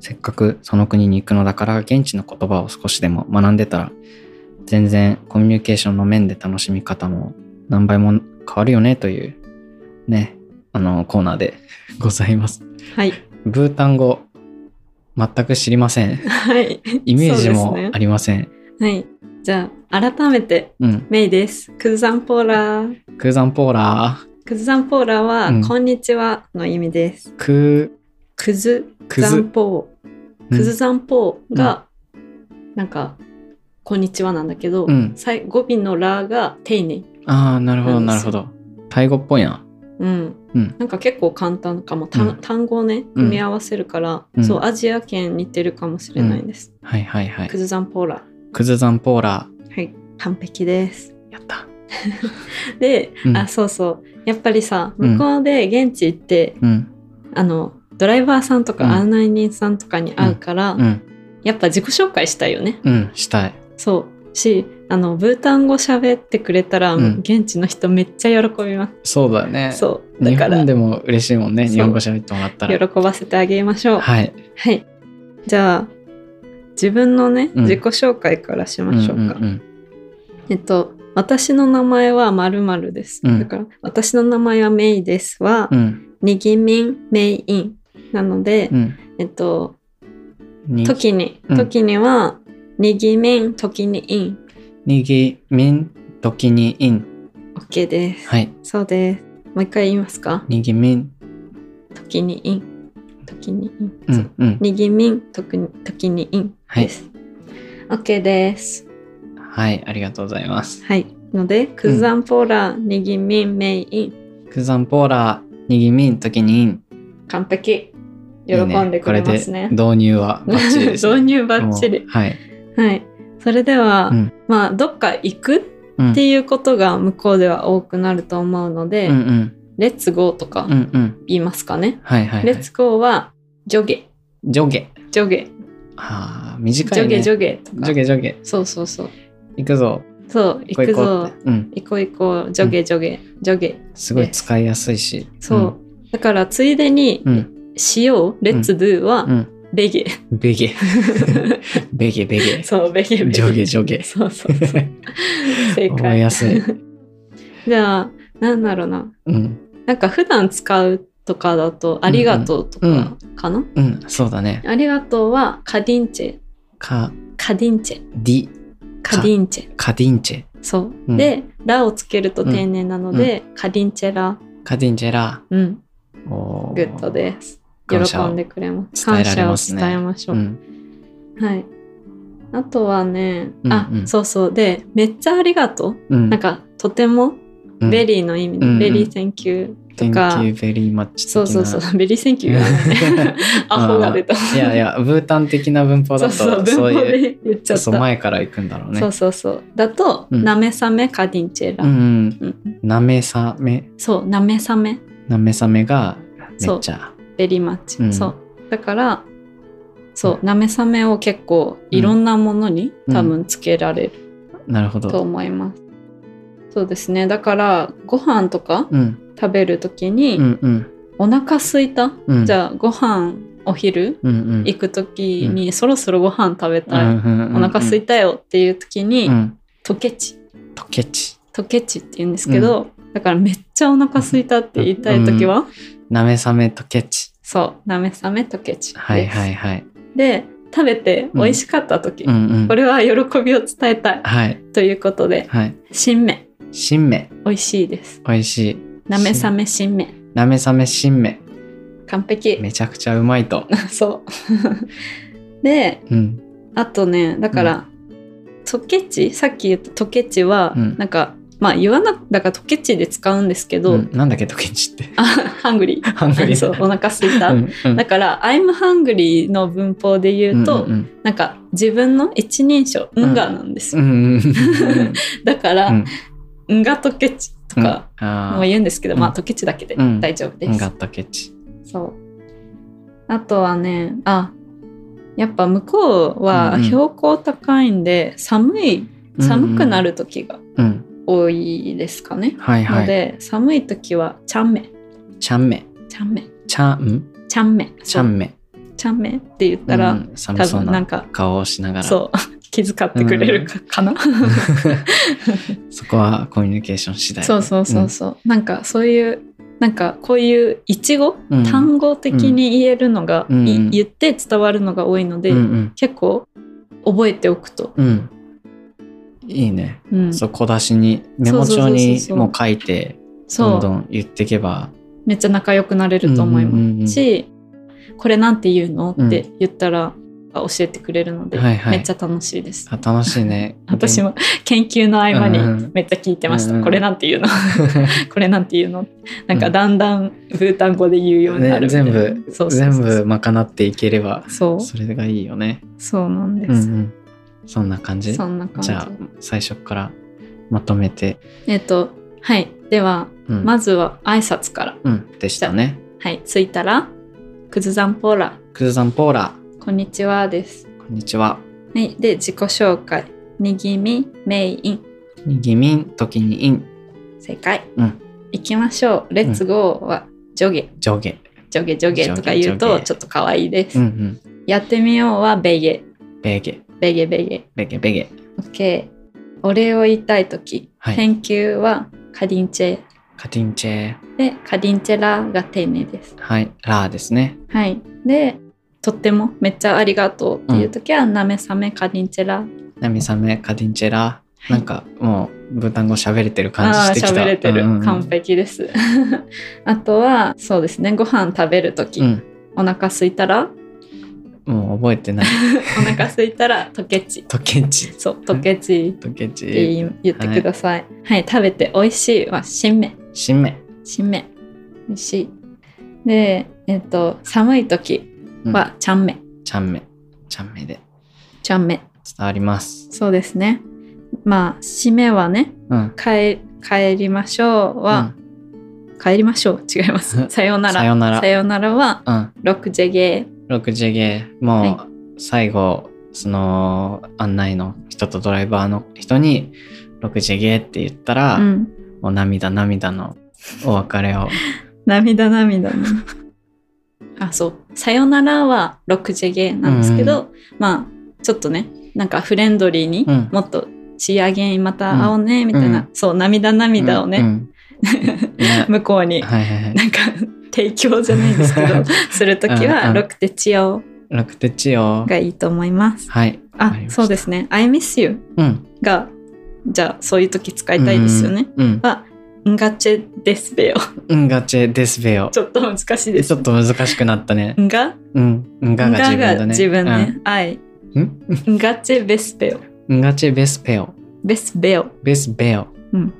S1: せっかくその国に行くのだから現地の言葉を少しでも学んでたら全然コミュニケーションの面で楽しみ方も何倍も変わるよねというねあのコーナーでございます。
S2: はい。
S1: ブータン語全く知りませ ん。
S2: はい。
S1: イメージ
S2: そう
S1: も
S2: ですね
S1: ありません。
S2: はい。じゃあ、改めて、
S1: うん。
S2: メイです。クズザンポーラー。
S1: クーザンポーラー、
S2: クズザンポーラーは、
S1: うん
S2: こんにちはの意味です。
S1: ク
S2: クズ
S1: ー、ク
S2: ザ
S1: ズ
S2: ン、ポ
S1: うん
S2: ー。クズザンポーが、なんか、こんにちはなんだけど、
S1: うん
S2: 最語尾のラーが丁寧。
S1: ああ、なるほど、な
S2: な
S1: ん
S2: で
S1: る
S2: す
S1: ほ
S2: よ
S1: ど。タイ語っぽいな。
S2: うん。
S1: うん。
S2: なんか結構簡単かも、た
S1: うん
S2: 単語をね組み合わせるから、
S1: うん
S2: そうアジア圏似てるかもしれないです、
S1: はいはいはい
S2: ク。ズザンポーラ
S1: クズザンポーラ
S2: はい完璧です
S1: ー。やった。
S2: で、
S1: うん
S2: あそうそうやっぱりさ
S1: うん
S2: 向こうで現地行って、
S1: うん。
S2: あのドライバーさんと
S1: う
S2: か
S1: ん
S2: 案内人さんとかに会うから、
S1: うん。
S2: やっぱ自己紹介したいよね
S1: うん。したい。
S2: そうしあのブータン語喋ってくれたら、
S1: うん
S2: 現地の人めっちゃ喜びま
S1: そうだよね。
S2: すそうだ
S1: 日
S2: から
S1: 本
S2: 喜
S1: でも嬉しいもんね。
S2: そう
S1: 日本語喋ってもらったら。
S2: ばせてあげましょう
S1: はい。
S2: はい。じゃあ自分のね、
S1: うん
S2: 自己紹介からしましょうか。
S1: うんうん
S2: えっと私の名前はまるです。
S1: うん
S2: だから私の名前はメイですは、
S1: うん。
S2: にぎみんメイインなので、
S1: うん。
S2: えっと
S1: うんに、
S2: 時に
S1: うん
S2: 時には、にぎみん時にイン
S1: にぎみん、ときにいん。
S2: OK です。
S1: はい。
S2: そうです。もう一回言いますか。
S1: にぎみん。
S2: 時にイン時にイン。
S1: う。
S2: そうん
S1: うん。
S2: にぎみん時に時にイン
S1: はい
S2: です。OK です。
S1: はい。ありがとうございます。
S2: はい。ので、クザンポーラー、ニギミン、メイイン、
S1: クズザンポーラー、にぎみん、ときにいん。
S2: 完璧。
S1: いい
S2: 喜
S1: ね
S2: んでくれますね。
S1: これで導入はバッチリです、ね。
S2: 導入バッチ
S1: も
S2: リ
S1: う。はい。
S2: はい。それでは、
S1: うん
S2: まあ、どっか行く
S1: うん
S2: っていうことが向こうでは多くなると思うので、
S1: うんうん。
S2: レッツゴーとか
S1: うんうん。
S2: 言いますかね。
S1: はいはい、は
S2: レ
S1: い
S2: ッ。ツゴーは、ジョゲ、
S1: 上下。
S2: ジョゲ、
S1: ああ、
S2: ジ
S1: 短い
S2: ョ
S1: ね。
S2: ゲ、ジ
S1: 上
S2: ョゲとか。
S1: 下上下。
S2: そうそうそう。
S1: 行くぞ。
S2: そう、行
S1: こう
S2: く
S1: 行こう
S2: ぞ
S1: っ。て。うん。
S2: 行こう行こう、ジョゲ、ジョゲ、ジョゲ。
S1: すごい使いやすいし。
S2: そう。だから、ついでに
S1: う、ん。
S2: しよう、レッツドゥは
S1: うん。う、ん。
S2: レゲ。
S1: ベ ゲ。ベゲベゲ。
S2: そう、ベゲベゲ。
S1: 上下上下
S2: そうそうそう。正解。
S1: 覚えやす い。
S2: じゃあ、なんだろうな。
S1: うん。
S2: なんか普段使うとかだと、ありがとうとかかな、
S1: うん。そうだね。
S2: ありがとうは、カディンチェ。
S1: カ
S2: カディンチェ。
S1: ディ、
S2: カディンチェ。
S1: カディンチェ。
S2: そう。
S1: うん
S2: で、ラをつけると丁寧なので、カディンチェラ。
S1: カディンチェラ。
S2: うん。
S1: おー
S2: グッドです。
S1: 感謝を
S2: 喜んでくれます。
S1: 伝えら
S2: 感
S1: れ
S2: 謝を
S1: ますね
S2: 伝えましょ
S1: う
S2: う。
S1: ん。
S2: はい。あとはね、あ、
S1: うんうん
S2: そうそう。で、めっちゃありがとう。
S1: うん。
S2: なんか、とてもベリーの意味で、
S1: うん
S2: ベリー thank you
S1: ー
S2: とか、
S1: Thank you very much. 的
S2: そうそう
S1: な
S2: そう、ベリー thank you がねアホが出た。
S1: いやいや、ブータン的な文法
S2: そ
S1: だ
S2: う
S1: と、そ
S2: そう、
S1: う
S2: 文法
S1: いう、
S2: で言っちゃった。
S1: そう前から行くんだろうね。
S2: そうそうそう。だと、
S1: うん
S2: なめさめカディンチェラ。
S1: うん
S2: う
S1: うん
S2: ん。
S1: なめさめ、
S2: そう、なめさめ、
S1: なめさめがめっちゃ。
S2: ベリーマッチ。
S1: うん
S2: そう。だから、そう、なめさめを結構いろんなものに
S1: うん
S2: 多分つけられる
S1: なるほ
S2: と
S1: ど。
S2: 思います。そうですね。だから、ご飯とか
S1: うん。
S2: 食べるとき
S1: う
S2: に、
S1: んうん。
S2: お腹すいた、
S1: うん。
S2: じ
S1: あ、
S2: ゃあ、ご飯、お昼、
S1: うんうん。
S2: 行く時に、そろそろご飯食べたい、
S1: お
S2: お腹空い
S1: て。
S2: たよっていう時に、
S1: うん。
S2: トケチ
S1: とけち。
S2: トケチって言うんですけど、だからめっちゃお腹空いたって言いたい時は、
S1: なめさめとけち。
S2: そうなめさめトケチです
S1: はいはいはい。
S2: で食べて美味しかった時、
S1: うんうん
S2: こ。れは喜びを伝えたい
S1: はい
S2: ということで
S1: はい。
S2: 新芽
S1: 新芽、
S2: 美味しいです
S1: おいしい。
S2: なめさめ新芽
S1: なめさめ新芽、
S2: 完璧
S1: めちゃくちゃうまいと。
S2: そう で
S1: うん。
S2: あとねだから、トケチさっき言ったトケチは、
S1: うん
S2: なんかまあ言わなだからトケチで使うんですけ
S1: う
S2: ど、
S1: んなんだっけ、とけちって。
S2: あ ハングリー
S1: ハングリー
S2: そうお腹すいた、
S1: うんうん
S2: だから「I'm hungry」の文法で言うと、
S1: うんうん
S2: なんか自分の一人称「
S1: うん
S2: んが」なんです
S1: う
S2: よ、
S1: んうんう ん
S2: だから
S1: うん
S2: 「んがとけち」とか
S1: うんあ
S2: も
S1: ー
S2: 言うんですけど、
S1: うん
S2: まあとけちだけで
S1: うん
S2: 大丈夫です、
S1: うんがとけち。
S2: そうあとはねあやっぱ向こう
S1: う
S2: は
S1: んうん
S2: 標高高いんで寒い寒くな
S1: る。
S2: る時が
S1: うん。
S2: 多いですかね、
S1: はいは
S2: の
S1: い。
S2: で寒い時は「ちゃんめ」
S1: ちゃんめ。
S2: 「ちゃんめ」
S1: ちゃん、
S2: 「ちゃんめ」
S1: ちゃ
S2: そうん
S1: め。
S2: 「ちゃんめ」って言ったら、
S1: うん寒
S2: 多
S1: そう
S2: 分な
S1: なん
S2: か
S1: 顔をしながら。
S2: そう 気遣ってくれるか,、かな
S1: そこはコミュニケーション次第。
S2: そうそうそうそう、なんかそういうなんかこういういちご
S1: うん
S2: 単語的に言えるのが、
S1: うん
S2: い
S1: うん
S2: 言って伝わるのが多いので、
S1: うんうん
S2: 結構覚えておくと、
S1: うんいいね、
S2: うん、
S1: そう小出しにメモ帳に
S2: そうそうそうそう
S1: もう書いて
S2: そ
S1: ど
S2: うん
S1: どん言っていけば
S2: めっちゃ仲良くなれると思います
S1: ます
S2: し、これなんて言うの
S1: うん
S2: って言ったら教えてくれるので、
S1: はいはい
S2: めっちゃ楽しいです。
S1: あ楽しいね
S2: 私も研究の合間
S1: うんう
S2: に
S1: ん
S2: めっちゃ聞いてました。
S1: うんうん
S2: これなんて言うの これなんて言うのなん
S1: う
S2: か
S1: ん
S2: だんだんブータン語で言うように
S1: ね、
S2: なるみたい
S1: 全
S2: な、
S1: 部
S2: そうそう
S1: 全
S2: そう
S1: 部賄っていければ
S2: そう
S1: それがいいよね。
S2: そうなんで
S1: うんう
S2: す。
S1: ん、そんな感じ
S2: そんな感じ。
S1: じゃあ最初からまとめて、
S2: えっ、とはいでは、
S1: うん、
S2: まずは挨拶から
S1: うん、でしたね。
S2: はい着いたらクズザンポーラ
S1: クズさんポーラ
S2: こんにちはです。
S1: こんにちは。
S2: はいで自己紹介にぎみメイイン
S1: にぎみん時にイン
S2: 正解、
S1: うん
S2: 行きましょうレッツゴーは上下
S1: 上下。
S2: 上下上下とか言
S1: 上
S2: う
S1: 下上
S2: と
S1: 下
S2: ちょっと可愛いです、
S1: うんうん。
S2: やってみようはベゲ
S1: ベゲ
S2: ベゲベゲ
S1: ベゲベゲ。
S2: OK お礼を言いたい時、
S1: はい
S2: 研究はカリンチェ
S1: カティンチェ
S2: でカリンチェラが丁寧です
S1: はいラーですね。
S2: はいでとってもめっちゃありがとうっていう時は、なめさめカリンチェラ
S1: ナミサメカティンチェラ
S2: はい
S1: なんかもうブータン語喋れてる感じ
S2: あ
S1: し
S2: あ
S1: てきた。
S2: ー喋れてる、
S1: うんうんうん
S2: 完璧です あとはそうですねご飯食べる時、
S1: うん。
S2: お腹空いたら
S1: もう覚えて ない。
S2: お腹空いたらトケチ
S1: トケチ
S2: そうトケチ
S1: トケチ。
S2: って言い言ってくださいはい、食べて美味しいは新芽
S1: 新芽。
S2: 新芽美味しいでえっ、と寒い時
S1: うん
S2: はちゃんめ
S1: ちゃんめ。ちゃんめで
S2: ちゃんめ
S1: 伝わります。
S2: そうですねまあ締めはね
S1: うん。
S2: 帰帰りましょうは、帰りましょう違います さよう
S1: う、
S2: なんら
S1: さよなら。
S2: らは
S1: うん。
S2: ロクジェゲー
S1: 6時ゲーも
S2: は
S1: う最後、その案内の人とドライバーの人に6時ゲーって言ったら、
S2: うん
S1: もう涙涙のお別れを
S2: 涙涙ね あそうさよならはロクジェゲーなんですけど、まあちょっとねなんかフレンドリーに、
S1: うん
S2: もっと仕上げまた会おうねみたいな、
S1: うん
S2: そう涙 涙をね、
S1: うん ね
S2: 向こうに
S1: はいはいはい
S2: なんか 提供じゃないですけど する時
S1: うんう
S2: は「
S1: ん
S2: ロクテチオ
S1: 楽手チよ」
S2: がいいと思います。
S1: はいわ
S2: あ
S1: かりました
S2: そうですね「I miss you
S1: うん」
S2: がじゃあそういう時使いたいですよね。
S1: うん
S2: は「んがちェですべよ
S1: うんガチェですべよ」
S2: ちょっと難しいで
S1: ち
S2: す
S1: ょっ。と難しくなったね
S2: んが
S1: うんうんが
S2: ん
S1: が自
S2: が
S1: 分だね
S2: が自分ね。I
S1: うんん
S2: んがちェベスベよ
S1: うんがちェベスペオ
S2: ベスベよ
S1: ベスベオ
S2: うん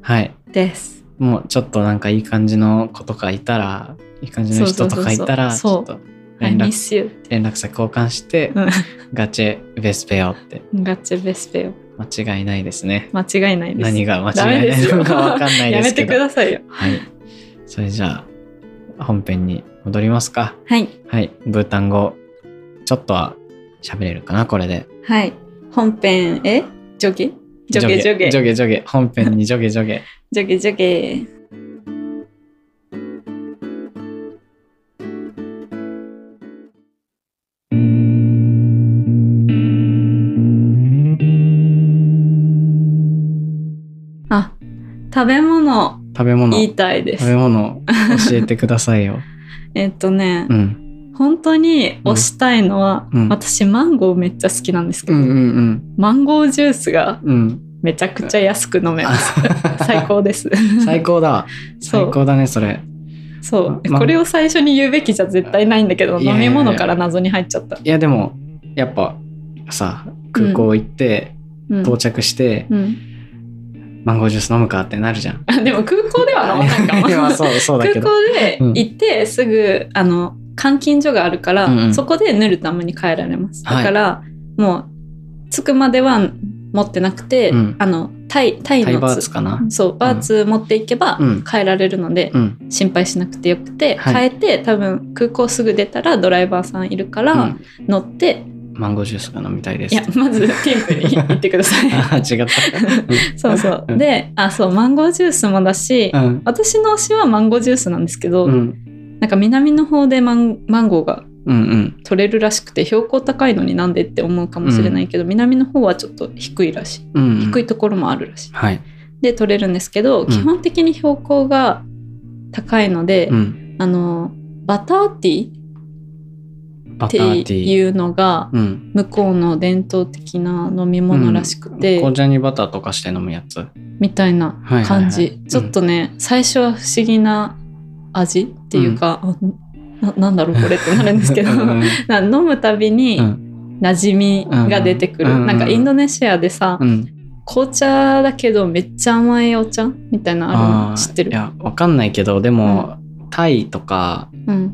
S1: はい
S2: です。
S1: もうちょっとなんかいい感じの子とかいたらいい感じの人とかいたらち
S2: そ
S1: ょ
S2: う
S1: っ
S2: そ
S1: と連絡
S2: I miss you
S1: 連絡先交換して、
S2: うん
S1: ガチェベスペオって
S2: んがちェベスベよ
S1: 間違いないですね
S2: 間違いないです。
S1: 何が間違いないのかわかんない
S2: や
S1: で
S2: め
S1: すけ
S2: て
S1: ど
S2: くださいよ。
S1: はいそれじゃあ本編に戻りますか
S2: はい。
S1: はいブータン語ちょっとは喋れるかなこれで
S2: はい。本編へ、ジョゲジョゲジョゲ。
S1: ジ
S2: ジ
S1: ョゲジョゲ本編にジョゲジョ ゲ
S2: ョゲジョゲ。あ、食べ物
S1: 食べ物
S2: 言い
S1: 食
S2: たいで
S1: べ
S2: す。
S1: 物教えてくださいよ
S2: えっとね
S1: う、ん
S2: 本当に推したいのは、
S1: うん
S2: 私マンゴーめっちゃ好きなんですけ
S1: う
S2: ど、
S1: んうん
S2: マンゴージュースが
S1: うんうん
S2: めちゃくちゃ安く飲めます。 最高です。
S1: 最高だわ
S2: そう
S1: 最高だねそれ
S2: そう、
S1: ま
S2: これを最初に言うべきじゃ絶対ないんだけど
S1: いやい
S2: 飲
S1: やいや
S2: み物から謎に入っちゃった。
S1: いやでもやっぱさ空港行って、
S2: うん
S1: 到着して、
S2: うん、
S1: マンゴージュース飲むかってなるじゃん。
S2: あでも空港では飲まない かも。
S1: いや
S2: 空
S1: そうそうだけど。
S2: 港で行ってすぐあの監禁所があるから、
S1: うんうん
S2: そこで塗るために帰られます。
S1: はい
S2: だから、もう着くまでは持ってなくて、
S1: うん
S2: あのタイタイ
S1: タイ
S2: の
S1: バーツかな。
S2: そうバーツ持っていけば
S1: うん
S2: 帰られるので、
S1: うん。
S2: 心配しなくてよくて、
S1: はい
S2: 帰って多分空港すぐ出たらドライバーさんいるから、
S1: うん
S2: 乗って
S1: マンゴージュースが飲みたいで
S2: い
S1: す。
S2: やまず店舗に行ってください
S1: あ違 った。
S2: そうそう
S1: うん
S2: であそうマンゴージュースもだし、
S1: うん。
S2: 私の推しはマンゴージュースなんですけど、
S1: うん。
S2: なんか南の方でマンマンゴーが
S1: うんうん。
S2: 取れるらしくて標高高いのになんでって思うかもしれないけど、南の方はちょっと低いらしい
S1: うん。
S2: 低いところもあるらしい、
S1: はい。
S2: で取れるんですけど、
S1: ん
S2: 基本的に標高が高いので、
S1: うん、
S2: あのバターティー
S1: バ
S2: っ
S1: ターテ
S2: て
S1: ィー
S2: いうのが
S1: うん、
S2: 向こうの伝統的な飲み物らしくて、
S1: 紅茶にバターとかして飲むやつ
S2: みたいな感じ、
S1: はいはいはい
S2: ちょっとね、最初は不思議な味っていうか、あななんだろうこれってなるんですけど
S1: うん
S2: な飲むたびに
S1: うん
S2: 馴染みが出てくる、
S1: うんうん
S2: なんかインドネシアでさ、
S1: うん、
S2: 紅茶だけどめっちゃ甘いお茶みたいなのあるの
S1: ー
S2: 知ってる
S1: いやわかんないけどでも、タイとか
S2: うん、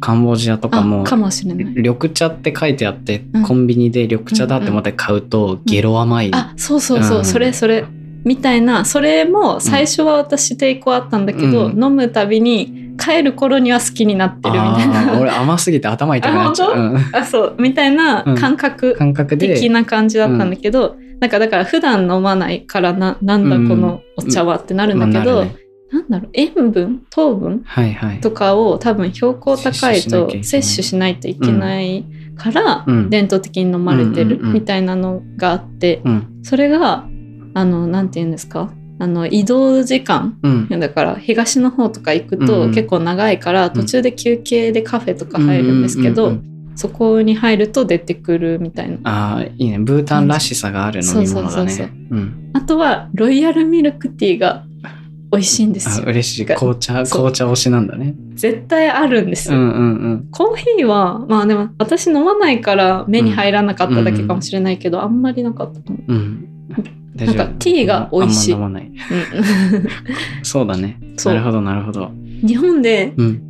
S1: カンボジアとか
S2: あ
S1: も
S2: かもしれない
S1: 緑茶って書いてあって、
S2: うん
S1: コンビニで緑茶だって思って買うと、ゲロ甘い、
S2: あそうそうそう、
S1: うん
S2: それそれみたいなそれも最初は私抵抗あったんだけど、
S1: うん
S2: 飲むたびに帰る頃には好きになってるみたい
S1: あー
S2: な
S1: 俺甘すぎて頭痛くなっちゃう、
S2: あ
S1: うん
S2: あそうみたいな感覚
S1: 感覚で
S2: 的な感じだったんだけど、なんかだから普段飲まないからななんだ
S1: うん
S2: このお茶はってなるんだけど、
S1: まあなるね
S2: なんだろう塩分糖分
S1: はいはい
S2: とかを多分標高高いと
S1: 摂取しなきゃいけない
S2: 摂取しないといけないから、
S1: うん
S2: 伝統的に飲まれて
S1: う
S2: る
S1: んうんうん
S2: みたいなのがあって、
S1: うん
S2: それがあのなんて言うんですかあの移動時間
S1: うん
S2: だから東の方とか行く
S1: うんう
S2: と
S1: ん
S2: 結構長いから途中で休憩でカフェとか入るんですけど、
S1: うううんうん
S2: そこに入ると出てくるみたいな
S1: あーいいねブータンらしさがある飲み物だ
S2: そうそうそうそう
S1: ねうん
S2: あとはロイヤルミルクティーが美味しいんです
S1: あ
S2: よ
S1: 嬉しい紅茶
S2: そ
S1: 紅
S2: う
S1: 茶推しなんだね
S2: 絶対あるんです
S1: う
S2: よ、
S1: んうんうん
S2: コーヒーはまあでも私飲まないから目に入らなかっただけかもしれないけど、あんまりなかった かも、
S1: うん大
S2: な
S1: 丈
S2: ん
S1: 夫
S2: かティーが美味しい
S1: あんま飲まない
S2: うん
S1: そうだね
S2: そう
S1: なるほどなるほど
S2: 日本で
S1: うん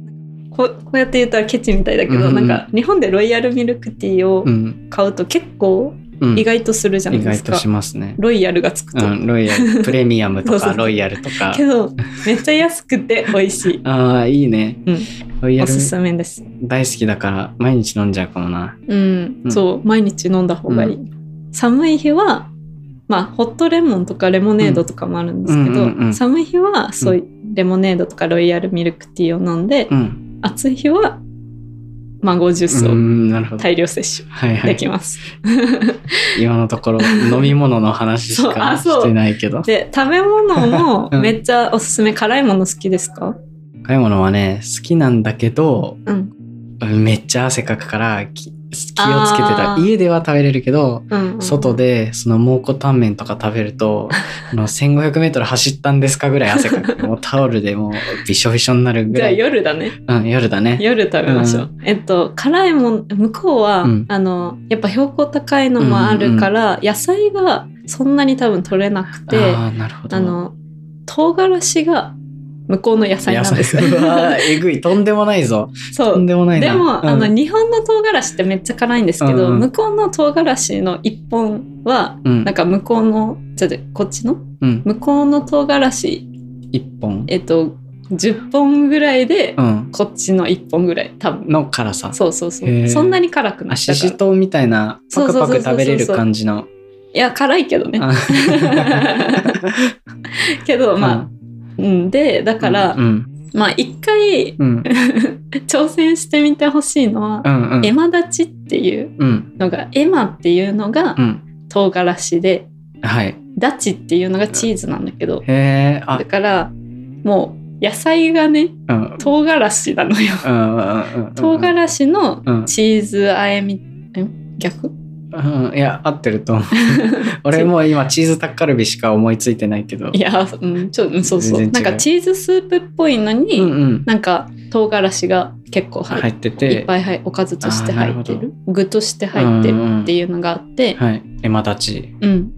S2: こうこうやって言ったらケチみたいだけ
S1: う
S2: ど、
S1: んうん
S2: なんか日本でロイヤルミルクティーを
S1: うん
S2: 買うと結構
S1: うん
S2: 意外とするじゃない
S1: 意
S2: で
S1: 外
S2: すか、
S1: としますね
S2: ロイヤルがつくと、
S1: うん、ロイヤ ルプレミアムと
S2: そうそう
S1: か
S2: そう
S1: ロイヤルとか
S2: けど めっちゃ安くて美味し
S1: ああいいね、
S2: うん
S1: ロイ
S2: い
S1: ヤ
S2: お
S1: ル
S2: すすめです
S1: 大好きだから毎日飲んじゃうかもな
S2: うん、
S1: うん
S2: そう毎日飲んだ方がいい、寒い日はまあホットレモンとかレモネードとかもあるんですけど、
S1: うんうんうんうん
S2: 寒い日はそういうレモネードとかロイヤルミルクティーを飲んで、
S1: うん
S2: 暑い日はマンゴージュー
S1: う
S2: スを
S1: んなるほど
S2: 大量摂
S1: はいは
S2: 取で
S1: い
S2: きます、
S1: 今のとこ ろ飲み物の話し
S2: そうあ
S1: か
S2: そう
S1: してないけど
S2: で食べ物も
S1: うん
S2: めっちゃおすすめ、辛いもの好きですか
S1: 買い物はね好きなんだけど
S2: うん
S1: めっちゃ汗かくからき気をつけて
S2: あ
S1: た
S2: ー
S1: 家では食べれるけど
S2: うんうん
S1: 外でその蒙古タンメンとか食べる とあの 1500m 走ったんですかぐらい汗かくもうタオルでもうびしょびしょになるぐ
S2: じゃ
S1: ら
S2: あ
S1: い、
S2: 夜だね
S1: うん、夜だね
S2: 夜食べましょう、
S1: う
S2: えっと辛いもん向こうは、
S1: うん
S2: あのやっぱ標高高いのもあるから、野菜がそんなに多分取れなくてあ
S1: ああなるほど
S2: の唐辛子が向こうの野菜なんですよ
S1: 野菜うわーえぐいとんでもないぞ
S2: そ
S1: とん
S2: う
S1: でもないな
S2: でも、
S1: うん
S2: あの日本の唐辛子ってめっちゃ辛いんですけど、
S1: うんうん
S2: 向こうの唐辛子の一本は
S1: うん
S2: なんか向こうのじゃあこっちの
S1: うん
S2: 向こうの唐辛子
S1: 一本
S2: えっと10本ぐらいで、
S1: うん
S2: こっちの1本ぐらい多分
S1: の辛さ
S2: そうそうそ
S1: へ
S2: う
S1: ー
S2: そんなに辛くな
S1: あ
S2: い
S1: し
S2: だ
S1: し
S2: から
S1: とうみたいなパクパク食べれる感じの
S2: いや辛いけどね
S1: あ
S2: けど まあ、うん、でだから、
S1: うん
S2: まあ一回
S1: うん
S2: 挑戦してみてほしいのは、
S1: うんうん
S2: エマ立ちっていう
S1: うん
S2: のがエマっていうのが
S1: うん
S2: 唐辛子で、
S1: はい
S2: ダチっていうのがチーズなんだけど、
S1: へえあ
S2: だからもう野菜がね
S1: うんうん
S2: 唐辛子なのよ
S1: うんうんうん
S2: 唐辛子の
S1: うん
S2: チーズ和えみ、ん 逆
S1: うんいや合ってると 思う俺もう今チーズタッカルビしか思いついてないけど
S2: いや、うん、ちょうんそうそう
S1: 全
S2: な
S1: 然
S2: ん
S1: 違う
S2: かチーズスープっぽいのに、
S1: うんうん
S2: なんか唐辛子が結構入
S1: 入
S2: っ
S1: って
S2: て
S1: て
S2: いっぱいはいおかずとして
S1: あーな
S2: 入
S1: る
S2: っ
S1: ほ
S2: て
S1: ど
S2: る具として入って
S1: うんう
S2: る
S1: ん
S2: っていうのがあって、
S1: はいエマ立ち
S2: うん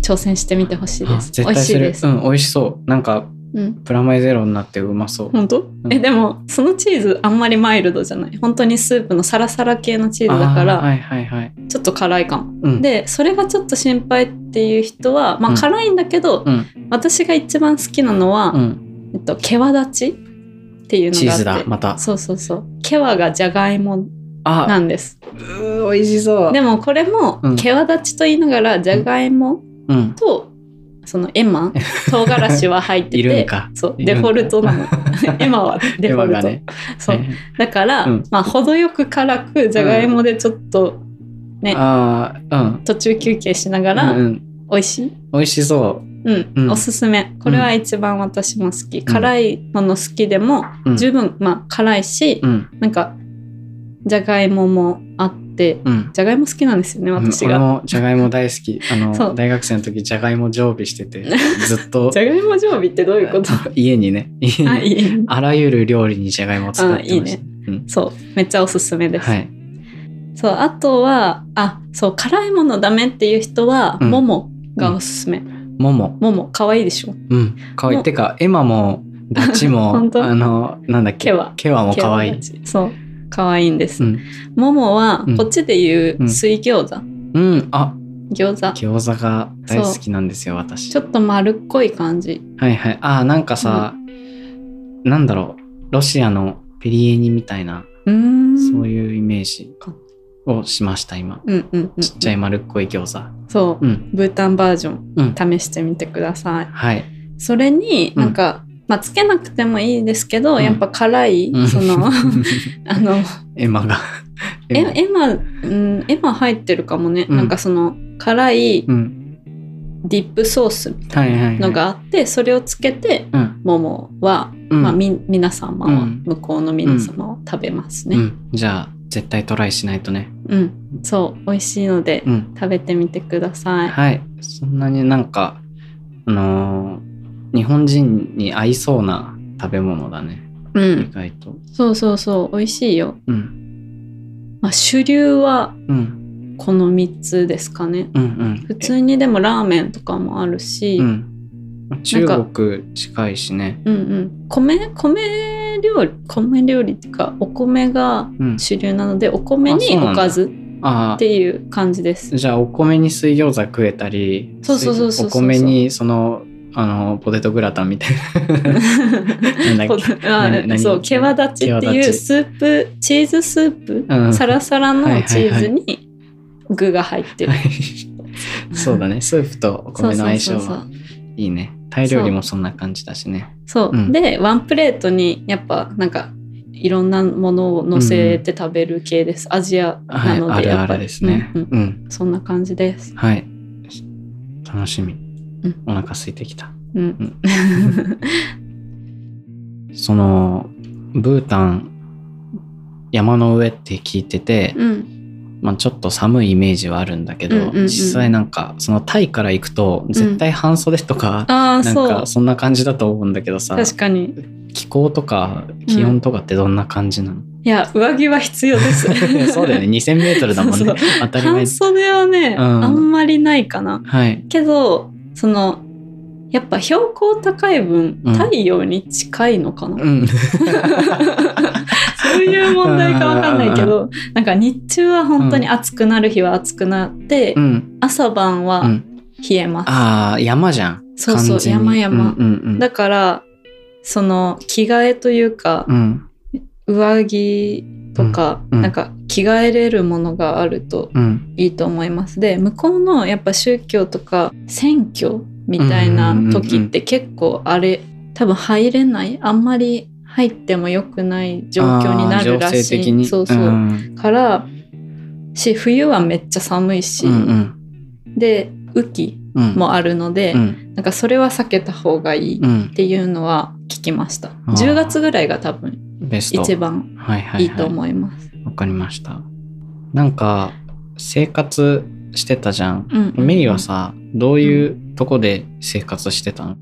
S2: 挑戦してみてほしいです美
S1: 絶対
S2: 味し
S1: す
S2: い
S1: る
S2: です、
S1: うん美味しそうなんか
S2: うん
S1: プラマイゼロになってうまそう
S2: 本当、
S1: ん
S2: えでもそのチーズあんまりマイルドじゃない本当にスープのサラサラ系のチーズだか
S1: あー
S2: ら
S1: はいはいはい
S2: ちょっと辛いかも、
S1: うん
S2: でそれがちょっと心配っていう人はま
S1: う
S2: あ
S1: ん
S2: 辛いんだけど、
S1: うん
S2: 私が一番好きなのは、
S1: うん
S2: えっと、毛羽立ちっていうの
S1: チ
S2: が
S1: ー
S2: あって
S1: ズだまた
S2: そうそうそう毛羽がじゃがいも
S1: あ
S2: なんです
S1: うー美味しそう
S2: でもこれも
S1: うん
S2: 毛羽立ちと言いながらじゃがいも
S1: うん
S2: とそのエマ唐辛子は入って て
S1: いるんか
S2: そう
S1: いるん
S2: デ
S1: か
S2: フォルトな のエマはデフォル
S1: エマが
S2: ト、
S1: ね
S2: そう
S1: はいはい
S2: だから、
S1: うん
S2: まあ程よく辛くじゃがいもでちょっとね
S1: ああうん
S2: 途中休憩しながら、
S1: うんうん、
S2: 美味しい
S1: 美味しそう
S2: うん、
S1: うん
S2: おすすめこれは一番私も好き、辛いもの好きでも
S1: うん
S2: 十分、まあ辛いし、
S1: うん
S2: なんかじゃがいももあって
S1: うん
S2: じゃがいも好きなんですよね私
S1: 俺
S2: が。
S1: もじゃがいも大好きあ
S2: そ
S1: の
S2: う
S1: 大学生の時じゃがいも常備して てずっと
S2: じゃがいも常備ってどういうこと
S1: 家にね 家に
S2: あいい
S1: あらゆる料理にじゃがいもを使ってました
S2: あいいね
S1: うん
S2: そうめっちゃおすすめです。
S1: はい
S2: そうあとはあそう辛いものダメっていう人は、
S1: うん
S2: ももがおすすめ。
S1: もも
S2: もも可愛いでしょ。
S1: うん可愛い
S2: も
S1: てかエマもダチも
S2: 本当
S1: あのなんだっけ
S2: ケワ
S1: ケワも可愛い
S2: そう可愛いんです。
S1: うん
S2: ももは
S1: うん
S2: こっちで言
S1: う
S2: うん水餃子、
S1: うんあ
S2: 餃子
S1: 餃子が大好きなんですよ私
S2: ちょっと丸っこい感じ。
S1: はいはいあーなんかさ、なんだろうロシアのペリエニみたいな
S2: うーん。
S1: そう
S2: う。
S1: いうイメージをしました今
S2: んうんうん。
S1: ちっちゃい丸っこい餃子
S2: そう、
S1: うん
S2: ブータンバージョン
S1: うん
S2: 試してみてください。
S1: はい
S2: それに
S1: うん
S2: なんか、まあつけなくてもいいですけど、
S1: うん
S2: やっぱ辛い、
S1: うん
S2: そ のあの
S1: エマが
S2: えエマうんエマ入ってるかもね、
S1: うん
S2: なんかその辛い
S1: うん
S2: ディップソースみた
S1: はい
S2: い
S1: はいは
S2: ないのがあって、それをつけて
S1: うん
S2: ももは、
S1: うん、
S2: まあ、み皆様は、
S1: うん
S2: 向こうの皆様を食べます
S1: う
S2: ね。
S1: ん、じゃあ絶対トライしないとね
S2: うん、そう美味しいので、
S1: うん
S2: 食べてみてください。
S1: はいそんなになんかあのー日本人に合いそうな食べ物だね
S2: う
S1: 意
S2: ん、
S1: 外と
S2: そうそうそう美味しいよ。
S1: うん
S2: まあ、主流は
S1: うん
S2: この3つですかね。
S1: うんうん
S2: 普通にでもラーメンとかもあるし、
S1: う
S2: うん、
S1: ん、中国近いしね、
S2: うん米米料理米料理っていうかお米が
S1: うん、
S2: 主流なのでお米
S1: あそう
S2: に
S1: なんだ
S2: おかず
S1: あ
S2: っていう感じです
S1: あ。じゃあお米に水餃子食えたり
S2: そうそうそうそう
S1: お米にそのあのポテトグラタンみたい ななんだっけ 何
S2: あ
S1: 何
S2: そう毛羽立ちって
S1: 毛羽
S2: いう
S1: 立ち
S2: スープチーズスープ、
S1: うん
S2: サラサラの
S1: はいはいはい
S2: チーズに具が入ってる、
S1: はい そうだねスープとお
S2: そう
S1: 米の
S2: そう
S1: 相
S2: そ
S1: 性
S2: うそう
S1: はいいねタイ料理もそんな感じだしね
S2: そう、
S1: うん
S2: でワンプレートにやっぱなんかいろんなものを乗せて食べる系です、アジア
S1: は
S2: ないので、
S1: ある
S2: や
S1: あ
S2: っぱ
S1: る
S2: り
S1: ですね
S2: うんう
S1: うんん、
S2: そんな感じです
S1: はい楽しみ、
S2: ん
S1: お腹空いてきた
S2: うん、
S1: そのブータン山の上って聞いてて、
S2: うん
S1: まあ、ちょっと寒いイメージはあるんだけど、
S2: うんうんうん
S1: 実際なんかそのタイから行くと絶対半袖とか、な
S2: ああ
S1: ん
S2: そ
S1: か
S2: う
S1: そんな感じだと思うんだけどさ
S2: 確かに
S1: 気候とか気温とかってどんな感じな の、
S2: いや上着は必要で す
S1: そうだよね 2000m だもんね
S2: そうそう
S1: 当たり前
S2: 半袖はね、
S1: うん
S2: あんまりないかな
S1: はい
S2: けどそのやっぱ標高高い分
S1: うん
S2: 太陽に近いのかな、
S1: うん
S2: そういう問題かわかんないけどなんか日中は本当に暑くなる日は暑くなって、
S1: うん
S2: 朝晩
S1: う
S2: は
S1: ん
S2: 冷えます、
S1: ああ山じゃん
S2: そうそう
S1: 完全に
S2: 山々
S1: うんうん
S2: だからその着替えというか
S1: う、ん
S2: 上着とか、
S1: うんうん
S2: なんか着替えれるものがあると
S1: うん
S2: いいと思いますで向こうのやっぱ宗教とか選挙みたいな時って結構あれ多分入れないあんまり入っても良くない状況になるら
S1: あー情勢
S2: し
S1: 的
S2: い
S1: に
S2: そうそう、
S1: ん
S2: からし冬はめっちゃ寒いし、
S1: うんうん
S2: で雨季
S1: うん
S2: もあるので、
S1: うん
S2: なんかそれは避けた方がいいっ
S1: うん
S2: ていうのは聞きました、
S1: あー
S2: 10月ぐらいが多分
S1: ベスト
S2: 一番
S1: はいはいい
S2: いと
S1: はい
S2: 思います、
S1: わかりました。なんか生活してたじゃん。
S2: うんうん
S1: メリはさ、どういうとこで生活してたの？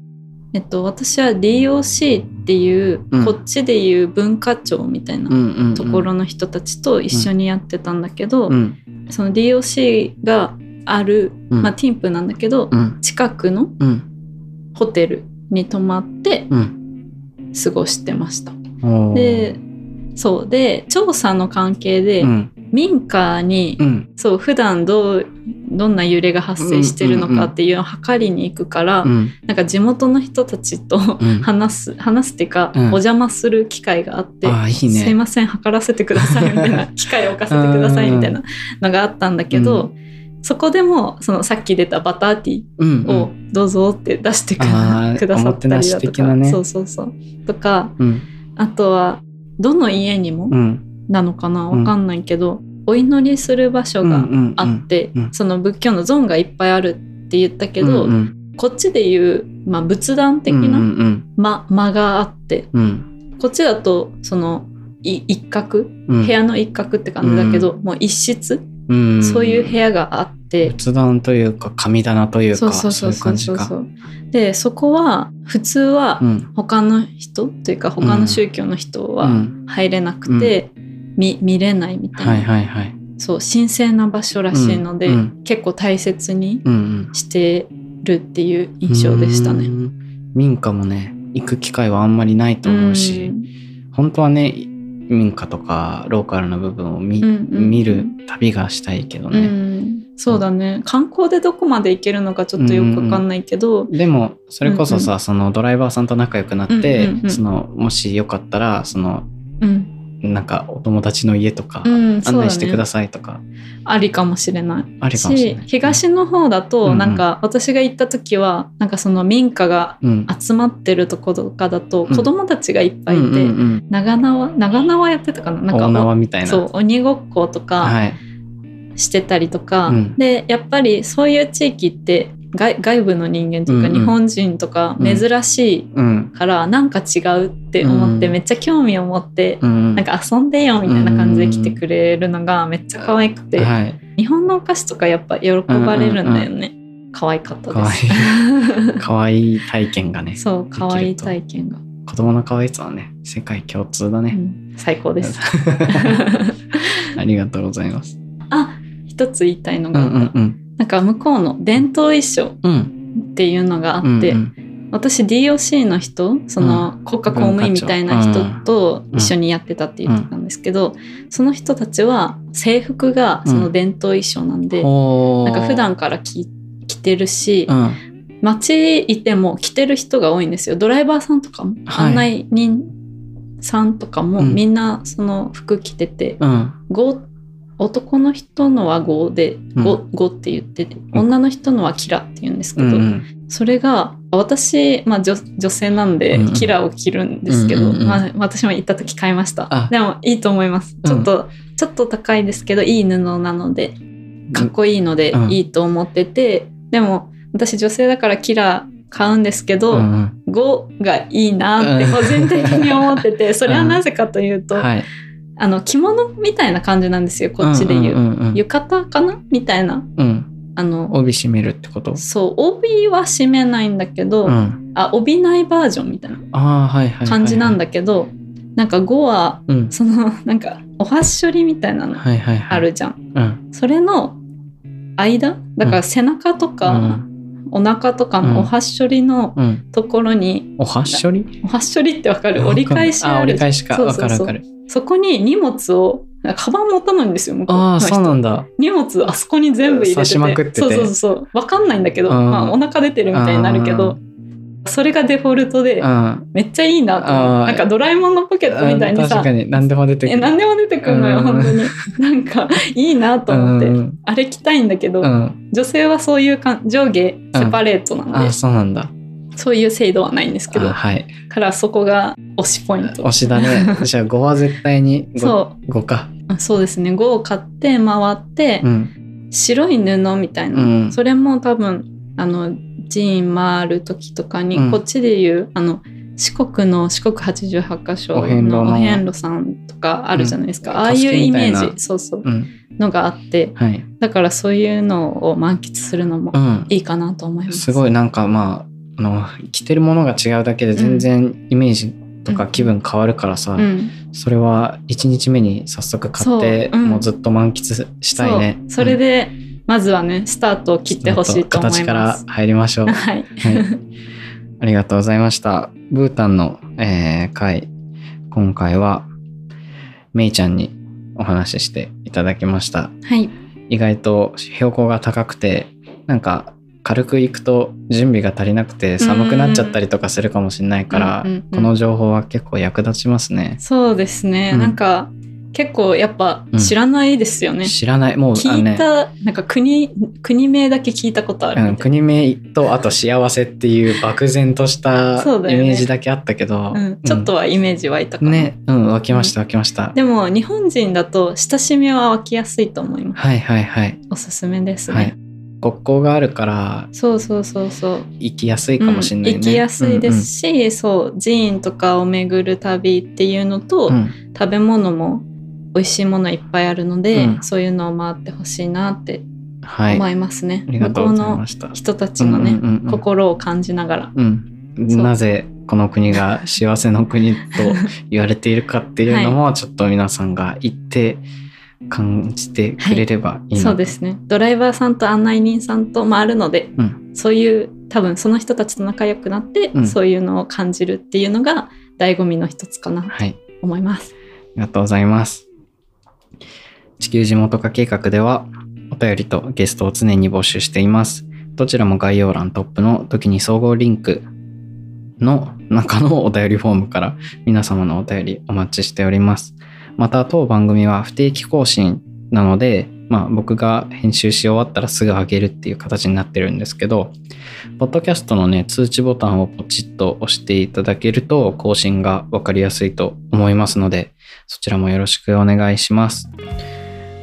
S2: えっと、私は DOC っていう、
S1: うん
S2: こっちでいう文化庁みたいな
S1: うんうんうん
S2: ところの人たちと一緒にやってたんだけど、
S1: うん
S2: その DOC がある、
S1: うん
S2: まあ、ティンプなんだけど、
S1: うん
S2: 近くの
S1: うん
S2: ホテルに泊まって
S1: うん。
S2: 過ごしてました。
S1: おー
S2: でそうで調査の関係で、
S1: うん
S2: 民家に、
S1: うん
S2: そう普段どうどんな揺れが発生してるのかっていうのを測りに行くから、
S1: うん
S2: なんか地元の人たちと
S1: ん
S2: 話す、話すっていうか、
S1: うん
S2: お邪魔する機会があって
S1: あーいいね
S2: すいません測らせてください」みたい な機会を置かせてくださいみたいなのがあったんだけど、そこでもそのさっき出たバターティ
S1: うん
S2: ーをどうぞって出してく,、
S1: あー
S2: くださったりだ
S1: おもてなし
S2: と
S1: 的
S2: か、
S1: なね
S2: そうそうそうとか
S1: うん
S2: あとはどの家にも
S1: うん
S2: なのかな
S1: うん
S2: わかんないけど、お祈りする場所
S1: うんう
S2: が
S1: んうん
S2: あって、
S1: うんうん
S2: その仏教のゾーンがいっぱいあるって言ったけど、
S1: うんうん
S2: こっちで言う、まあ、仏壇的
S1: う
S2: なん
S1: うん
S2: 間,、間があって
S1: うんうん
S2: こっちだとそのい一角
S1: うん
S2: 部屋の一角って感じだけど、もう一室、
S1: うん
S2: そういう部屋があって
S1: 仏壇というか神棚という
S2: そう
S1: か
S2: そうそ
S1: そう
S2: う
S1: いう
S2: そ
S1: 感
S2: う
S1: じ
S2: そう
S1: か。
S2: でそこは普通は
S1: うん
S2: 他の人というか他の宗教の人
S1: う
S2: は
S1: ん
S2: 入れなくて、見見れないみたいな、
S1: はいはいはい。
S2: そう神聖な場所らしいので、
S1: うんうん
S2: 結構大切に
S1: うんうん
S2: してるっていう印象でした
S1: う
S2: ね。
S1: ん民家もね行く機会はあんまりないと思うし、
S2: ん
S1: 本当はね民家とかローカルな部分を見,、
S2: うんうん
S1: 見る旅がしたいけど
S2: う
S1: ね、
S2: ん、そうだね観光でどこまで行けるのかちょっとよくわかんないけど、
S1: でもそれこそさ、
S2: う
S1: そのドライバーさんと仲良くなって、
S2: うんうんうん
S1: そのもしよかったらその
S2: うん
S1: なんかお友達の家とか、
S2: うん
S1: 案
S2: そうだね
S1: 内してくださいとか
S2: ありかもしれない
S1: ありかもしれ
S2: し
S1: ない。
S2: 東の方だ
S1: うんう
S2: と
S1: ん
S2: なんか私が行った時はなんかその民家が
S1: うん、
S2: 集まってるとことかだと
S1: うん
S2: 子供たちがいっぱいいて、
S1: うんうんうん
S2: 長縄長縄やってたかななんか
S1: 大縄
S2: お
S1: みたいな。
S2: そう鬼ごっことか
S1: はい。
S2: してたりとか、
S1: うん
S2: でやっぱりそういう地域って外外部の人間というか
S1: うんうん
S2: 日本人とか珍しい
S1: うん。
S2: からなんか違うって思って
S1: うん
S2: めっちゃ興味を持って
S1: うん。
S2: なんか遊んでよみたいな感じで来てくれるのがめっちゃ可愛くて
S1: はい。
S2: 日本のお菓子とかやっぱ喜ばれるんだよね可愛かったです。。
S1: 可愛い体験がね
S2: そう可愛い体験が、
S1: 子供の可愛さはね、世界共通だ
S2: う
S1: ね。
S2: ん最 高です。
S1: ありがとうございます。
S2: あ一つ言いたいの
S1: う
S2: があ
S1: ん
S2: った、
S1: うんうん。
S2: なんか向こうの伝統衣装
S1: うん。
S2: っていうのがあって、
S1: うん
S2: 私 DOC の人その国家公務員みたいな人と一緒にやってたって言ってたんですけど、その人たちは制服がその伝統衣装なん
S1: う
S2: で、
S1: ん。ほー
S2: なんか普段から着着てるし、
S1: うん。
S2: 街いても着てる人が多いんですよドライバーさんとかも、
S1: はい
S2: 案内人さんとかも、
S1: うん
S2: みんなその服着てて、
S1: うん。
S2: ゴ男の人のは「ゴ」で「
S1: うん
S2: ゴ」ゴって言ってて女の人のは「キラ」って言うんですけ
S1: う
S2: ど、
S1: んうん。
S2: それが私、まあ、女女性なんで
S1: うん
S2: キラを着るんですけど、
S1: うんうんうん
S2: まあ、私も行った時買いました
S1: あ
S2: でもいいと思いますちょっと、ちょっと高いですけどいい布なのでかっこいいので
S1: うん
S2: いいと思ってて、でも私女性だからキラ買うんですけど、
S1: うんうん
S2: 5がいいなって個人的に思っ てて、それはなぜかというと、
S1: はい。
S2: あの着物みたいな感じなんですよこっちで言う,、
S1: んんん
S2: 浴衣かなみたいな
S1: うん。うん
S2: あの
S1: 帯締めるってこと
S2: そう帯は締めないんだけど、
S1: うん。
S2: あ帯ないバージョンみたいな
S1: ああ、はいはいはいはい。
S2: 感じなんだけど、なんか5は
S1: うん。
S2: そのなんかおはっしょりみたいなの
S1: はいはいはい。
S2: あ。るじゃん、
S1: うん。
S2: それの間だか
S1: う
S2: ら
S1: ん
S2: 背中と
S1: う
S2: か、
S1: ん
S2: お腹とか
S1: うん
S2: のおはっしょりの
S1: うん。
S2: ところに、
S1: おはっしょり
S2: おはっしょりってわかる折り返しあ
S1: 折
S2: る
S1: り
S2: じゃん
S1: 返しか。
S2: そう
S1: わ
S2: そ
S1: か
S2: う
S1: る
S2: そ
S1: わ
S2: う
S1: かる。
S2: そこに荷物をカバン持たないんですよ向こう
S1: あ
S2: の
S1: あ、
S2: 人
S1: そうなんだ。
S2: 荷物あそこに全部入れてて
S1: 刺しまくってて
S2: そうそうそうそうわかんないんだけど、
S1: うん
S2: まあ、お腹出てるみたいになるけどそれがデフォルトで、
S1: うん。
S2: めっちゃいいなと思う
S1: あー
S2: なんかドラえもんのポケットみたいに
S1: 確
S2: さ
S1: かに何でも出てく
S2: え
S1: る。
S2: 何でも出てくるのよ、
S1: うん
S2: 本当になんかいいなと思って、
S1: うん
S2: あれ着たいんだけど、
S1: うん。
S2: 女性はそういうかん上下セパレートなの
S1: あ
S2: で
S1: あ、、そうなんだ。
S2: そういう制度はないんですけ
S1: あ
S2: ど
S1: はい。
S2: からそこが推しポイント
S1: 推しだ ね。じゃあ5は絶対に 5,
S2: そ
S1: 5か。
S2: うそうですね5を買って回って、
S1: うん。
S2: 白い布みたいな、
S1: うん
S2: それも多分あの寺院回る時とかに、
S1: うん
S2: こっちでいうあの四国の四国八十八箇所
S1: お遍路
S2: の
S1: の
S2: お遍路さんとかあるじゃないですか、
S1: うん
S2: ああいうイ
S1: 貸し切りみ
S2: メ
S1: た
S2: ー
S1: い
S2: ジそうそう
S1: うん。
S2: のがあって
S1: はい。
S2: だからそういうのを満喫するのも
S1: うん。
S2: いいかなと思います。
S1: すごいなんかまあ、あの、着てるものが違うだけで全然イメージとか気分変わるからさ、
S2: うん、
S1: それは1日目に早速買って、
S2: そううん
S1: もうずっと満喫したいね
S2: そう。それ
S1: うん、
S2: で、まずはねスタートを切ってほしいと思い
S1: 形か
S2: ま
S1: ら
S2: す。
S1: 入りましょう。
S2: はい、
S1: はい、ありがとうございました。ブータンの、えー会、今回は、めいちゃんにお話ししていただきました。
S2: はい、
S1: 意外と標高が高くて、なんか軽く行くと準備が足りなくて寒くなっちゃったりとかするかもしれないから
S2: うんうんうん、
S1: この情報は結構役立ちますね。
S2: そうですね、
S1: うん
S2: なんか結構やっぱ知らないですよね。
S1: 知らない、もう、あの
S2: 聞い
S1: ね、
S2: た、なんか国国名だけ聞いたことある
S1: うん、
S2: みたい
S1: 国名とあと幸せっていう漠然としたイ
S2: そうだよね
S1: メージだけあったけど、
S2: な、うん、ちょっとはイメージ湧いたか
S1: う
S2: な、
S1: ん、ね、うん、湧きました湧きました。
S2: でも日本人だと親しみは湧きやすいと思います
S1: はいはいはい。
S2: おすすめですね、
S1: はい。国交があるから
S2: そうそうそうそう
S1: 行きやすいかもしれないね、
S2: うん、行きやすいですし、そう寺院とかを巡る旅っていうのと、
S1: うんうん、
S2: 食べ物も美味しいものいっぱいあるので、
S1: うん
S2: そういうのを回ってほしいなって
S1: うんはい
S2: 思
S1: あ
S2: いますね、
S1: りが
S2: 向
S1: と
S2: こ
S1: う
S2: う
S1: ござい
S2: の
S1: ました
S2: 人たちのね、
S1: うんうんうんうん
S2: 心を感じながら
S1: うん、
S2: そう
S1: なぜこの国が幸せの国と言われているかっていうのも、ちょっと皆さんが行って感じてくれればいいな、
S2: そうですねドライバーさんと案内人さんともあるので、
S1: うん
S2: そういう多分その人たちと仲良くなって、
S1: うん
S2: そういうのを感じるっていうのが醍醐味の一つかなと
S1: はい
S2: 思います。
S1: ありがとうございます。地球地元化計画では、お便りとゲストを常に募集しています。どちらも概要欄トップの時に総合リンクの中のお便りフォームから皆様のお便りお待ちしております。また当番組は不定期更新なので、まあ僕が編集し終わったらすぐ上げるっていう形になってるんですけど、ポッドキャストのね、通知ボタンをポチッと押していただけると更新がわかりやすいと思いますので、そちらもよろしくお願いします。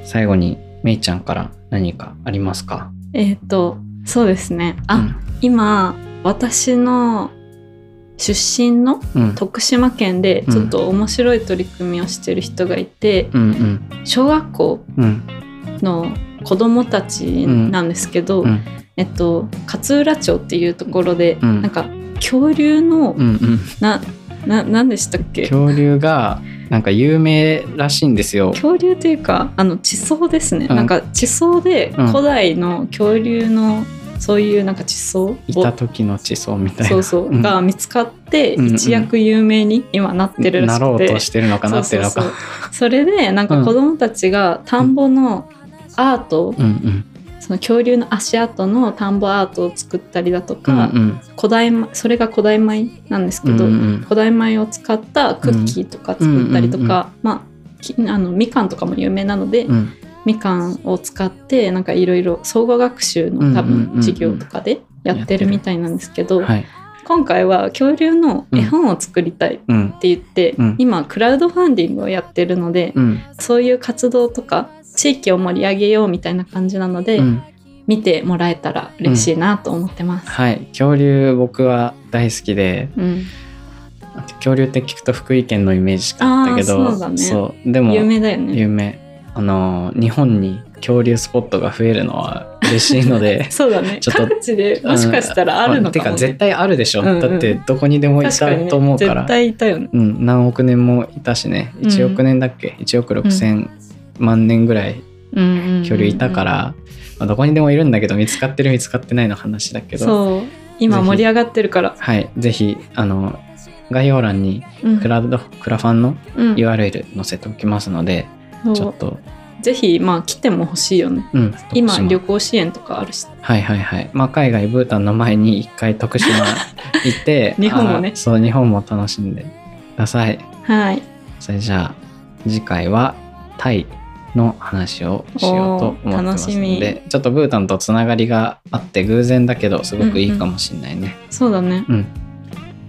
S1: 最後に、めいちゃんから何かありますか
S2: えっ、とそうですねあ、
S1: うん
S2: 今私の出身の
S1: うん。
S2: 徳島県でちょっと面白い取り組みをしてる人がいて、
S1: うんうん
S2: 小学校
S1: うん
S2: の子供たちなんですけど、
S1: うん
S2: えっと、勝浦町っていうところで、
S1: うん
S2: なんか恐竜の、
S1: うんうん。
S2: なななんでしたっけ
S1: 恐竜がなんか有名らしいんですよ。
S2: 恐竜というかあの地層ですね、
S1: うん
S2: なんか地層で
S1: うん
S2: 古代の恐竜のそういうなんか地層
S1: いた時の地層みたい
S2: そう
S1: な。
S2: そう、
S1: うん
S2: が見つかって
S1: うんうん
S2: 一躍有名に今なってるら
S1: な
S2: し
S1: ろ
S2: く
S1: う
S2: て、
S1: としてるのかなってるの
S2: そう
S1: か。
S2: それでなんか子供たちが田んぼのアート、
S1: うんうん
S2: その恐竜の足跡の田んぼアートを作ったりだと
S1: うん
S2: か、
S1: うん
S2: 古代米それが古代米なんですけ
S1: う
S2: ど、
S1: ん
S2: 古代米を使ったクッキーとか作ったりと
S1: うんうんうん
S2: か、まあきあのみかんとかも有名なので、
S1: うんうん
S2: みかんを使ってなんかいろいろ総合学習の多
S1: うんうんうんうん
S2: 分授業とかでやってるみたいなんですけど、
S1: はい。
S2: 今回は恐竜の絵本を作りたいっ
S1: うん
S2: て言って、
S1: うん
S2: 今クラウドファンディングをやってるので、
S1: うん
S2: そういう活動とか地域を盛り上げようみたいな感じなので、
S1: うん。
S2: 見てもらえたら嬉しいなと思ってます。
S1: はい。恐竜僕は大好きで、
S2: うん
S1: 恐竜って聞くと福井県のイメージしかあったけ
S2: あー
S1: ど、
S2: そうだね
S1: うでも
S2: 有名だよね。
S1: 有名あの日本に恐竜スポットが増えるのは嬉しいので
S2: そうだね。
S1: ちょっと
S2: 各地でもしかした らある
S1: ま
S2: のか
S1: あて
S2: も、
S1: か
S2: ね
S1: 絶対あるでしょ、
S2: うんうん
S1: だってどこにでもい
S2: 確かに
S1: た
S2: ね
S1: と思うから
S2: 絶対いたよね。
S1: うん、何億年もいたしね1億年だっけ、1億6,000万年ぐらい
S2: うんうんうんうん
S1: 恐竜いたから、まあ、どこにでもいるんだけど見つかってる見つかってないの話だけど
S2: そう今
S1: ぜひ
S2: 盛り上がってるから、
S1: はいぜひあの概要欄に
S2: うん
S1: クラウド、クラファンの
S2: うん
S1: URL 載せておきますので、ち
S2: そ
S1: ょ
S2: う
S1: っと、
S2: ぜひまあ来てもほしいよね
S1: うん、
S2: 今
S1: 徳島
S2: 旅行支援とかあるし
S1: はいはいはい、まあ、海外ブータンの前に一回徳島 行って
S2: 日本もね
S1: あそう日本も楽しんでください
S2: はい
S1: それじゃあ次回はタイの話をしようと思ってます
S2: お
S1: の
S2: ー
S1: で
S2: 楽
S1: ちょっとブータンとつながりがあって偶然だけどすごくいいかもしれないね
S2: そうだね
S1: うん、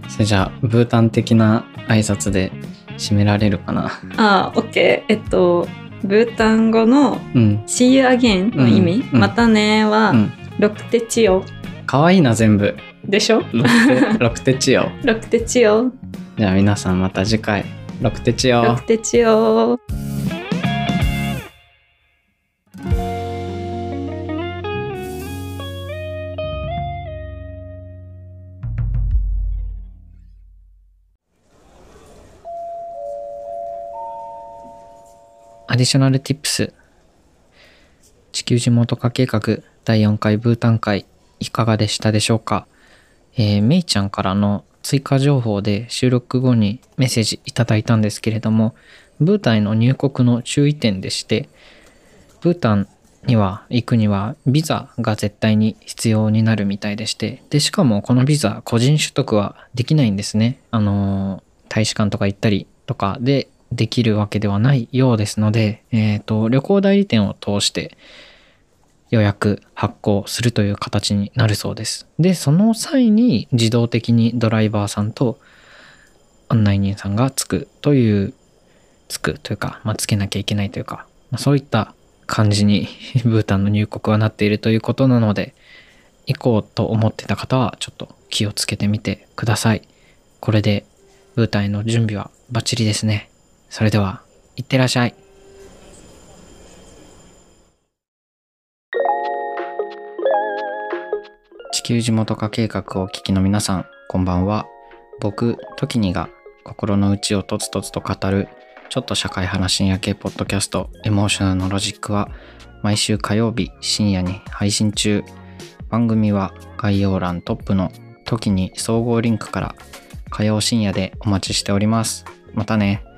S1: それじゃあブータン的な挨拶で締められるか な
S2: あー OK えっとブータン語の
S1: うん
S2: 「See you again」の意味
S1: うん
S2: 「
S1: うん
S2: またね」は
S1: うん
S2: 「ロクテチオ
S1: かわいいな全部」
S2: でしょ
S1: ロクテロクテチオ
S2: 「ロクテチオ」
S1: じゃあ皆さんまた次回ロクテチ
S2: 「ロ
S1: オ
S2: クテチオ」
S1: アディショナルティップス地球地元化計画第4回ブータン会いかがでしたでしょうか、えーめいちゃんからの追加情報で収録後にメッセージいただいたんですけれどもブータンへの入国の注意点でしてブータンには行くにはビザが絶対に必要になるみたいでしてでしかもこのビザ個人取得はできないんですねあのー大使館とか行ったりとかでできるわけではないようですので、えー、と旅行代理店を通して予約発行するという形になるそうですでその際に自動的にドライバーさんと案内人さんがつくというつくというか、まあ、つけなきゃいけないというか、まあ、そういった感じに ブータンの入国はなっているということなので行こうと思ってた方はちょっと気をつけてみてくださいこれでブータンへの準備はバッチリですねそれではいってらっしゃい地球地元化計画をお聞きの皆さんこんばんは僕トキニが心の内をとつとつと語るちょっと社会話深夜系ポッドキャストエモーショナルのロジックは毎週火曜日深夜に配信中番組は概要欄トップの時に総合リンクから火曜深夜でお待ちしておりますまたね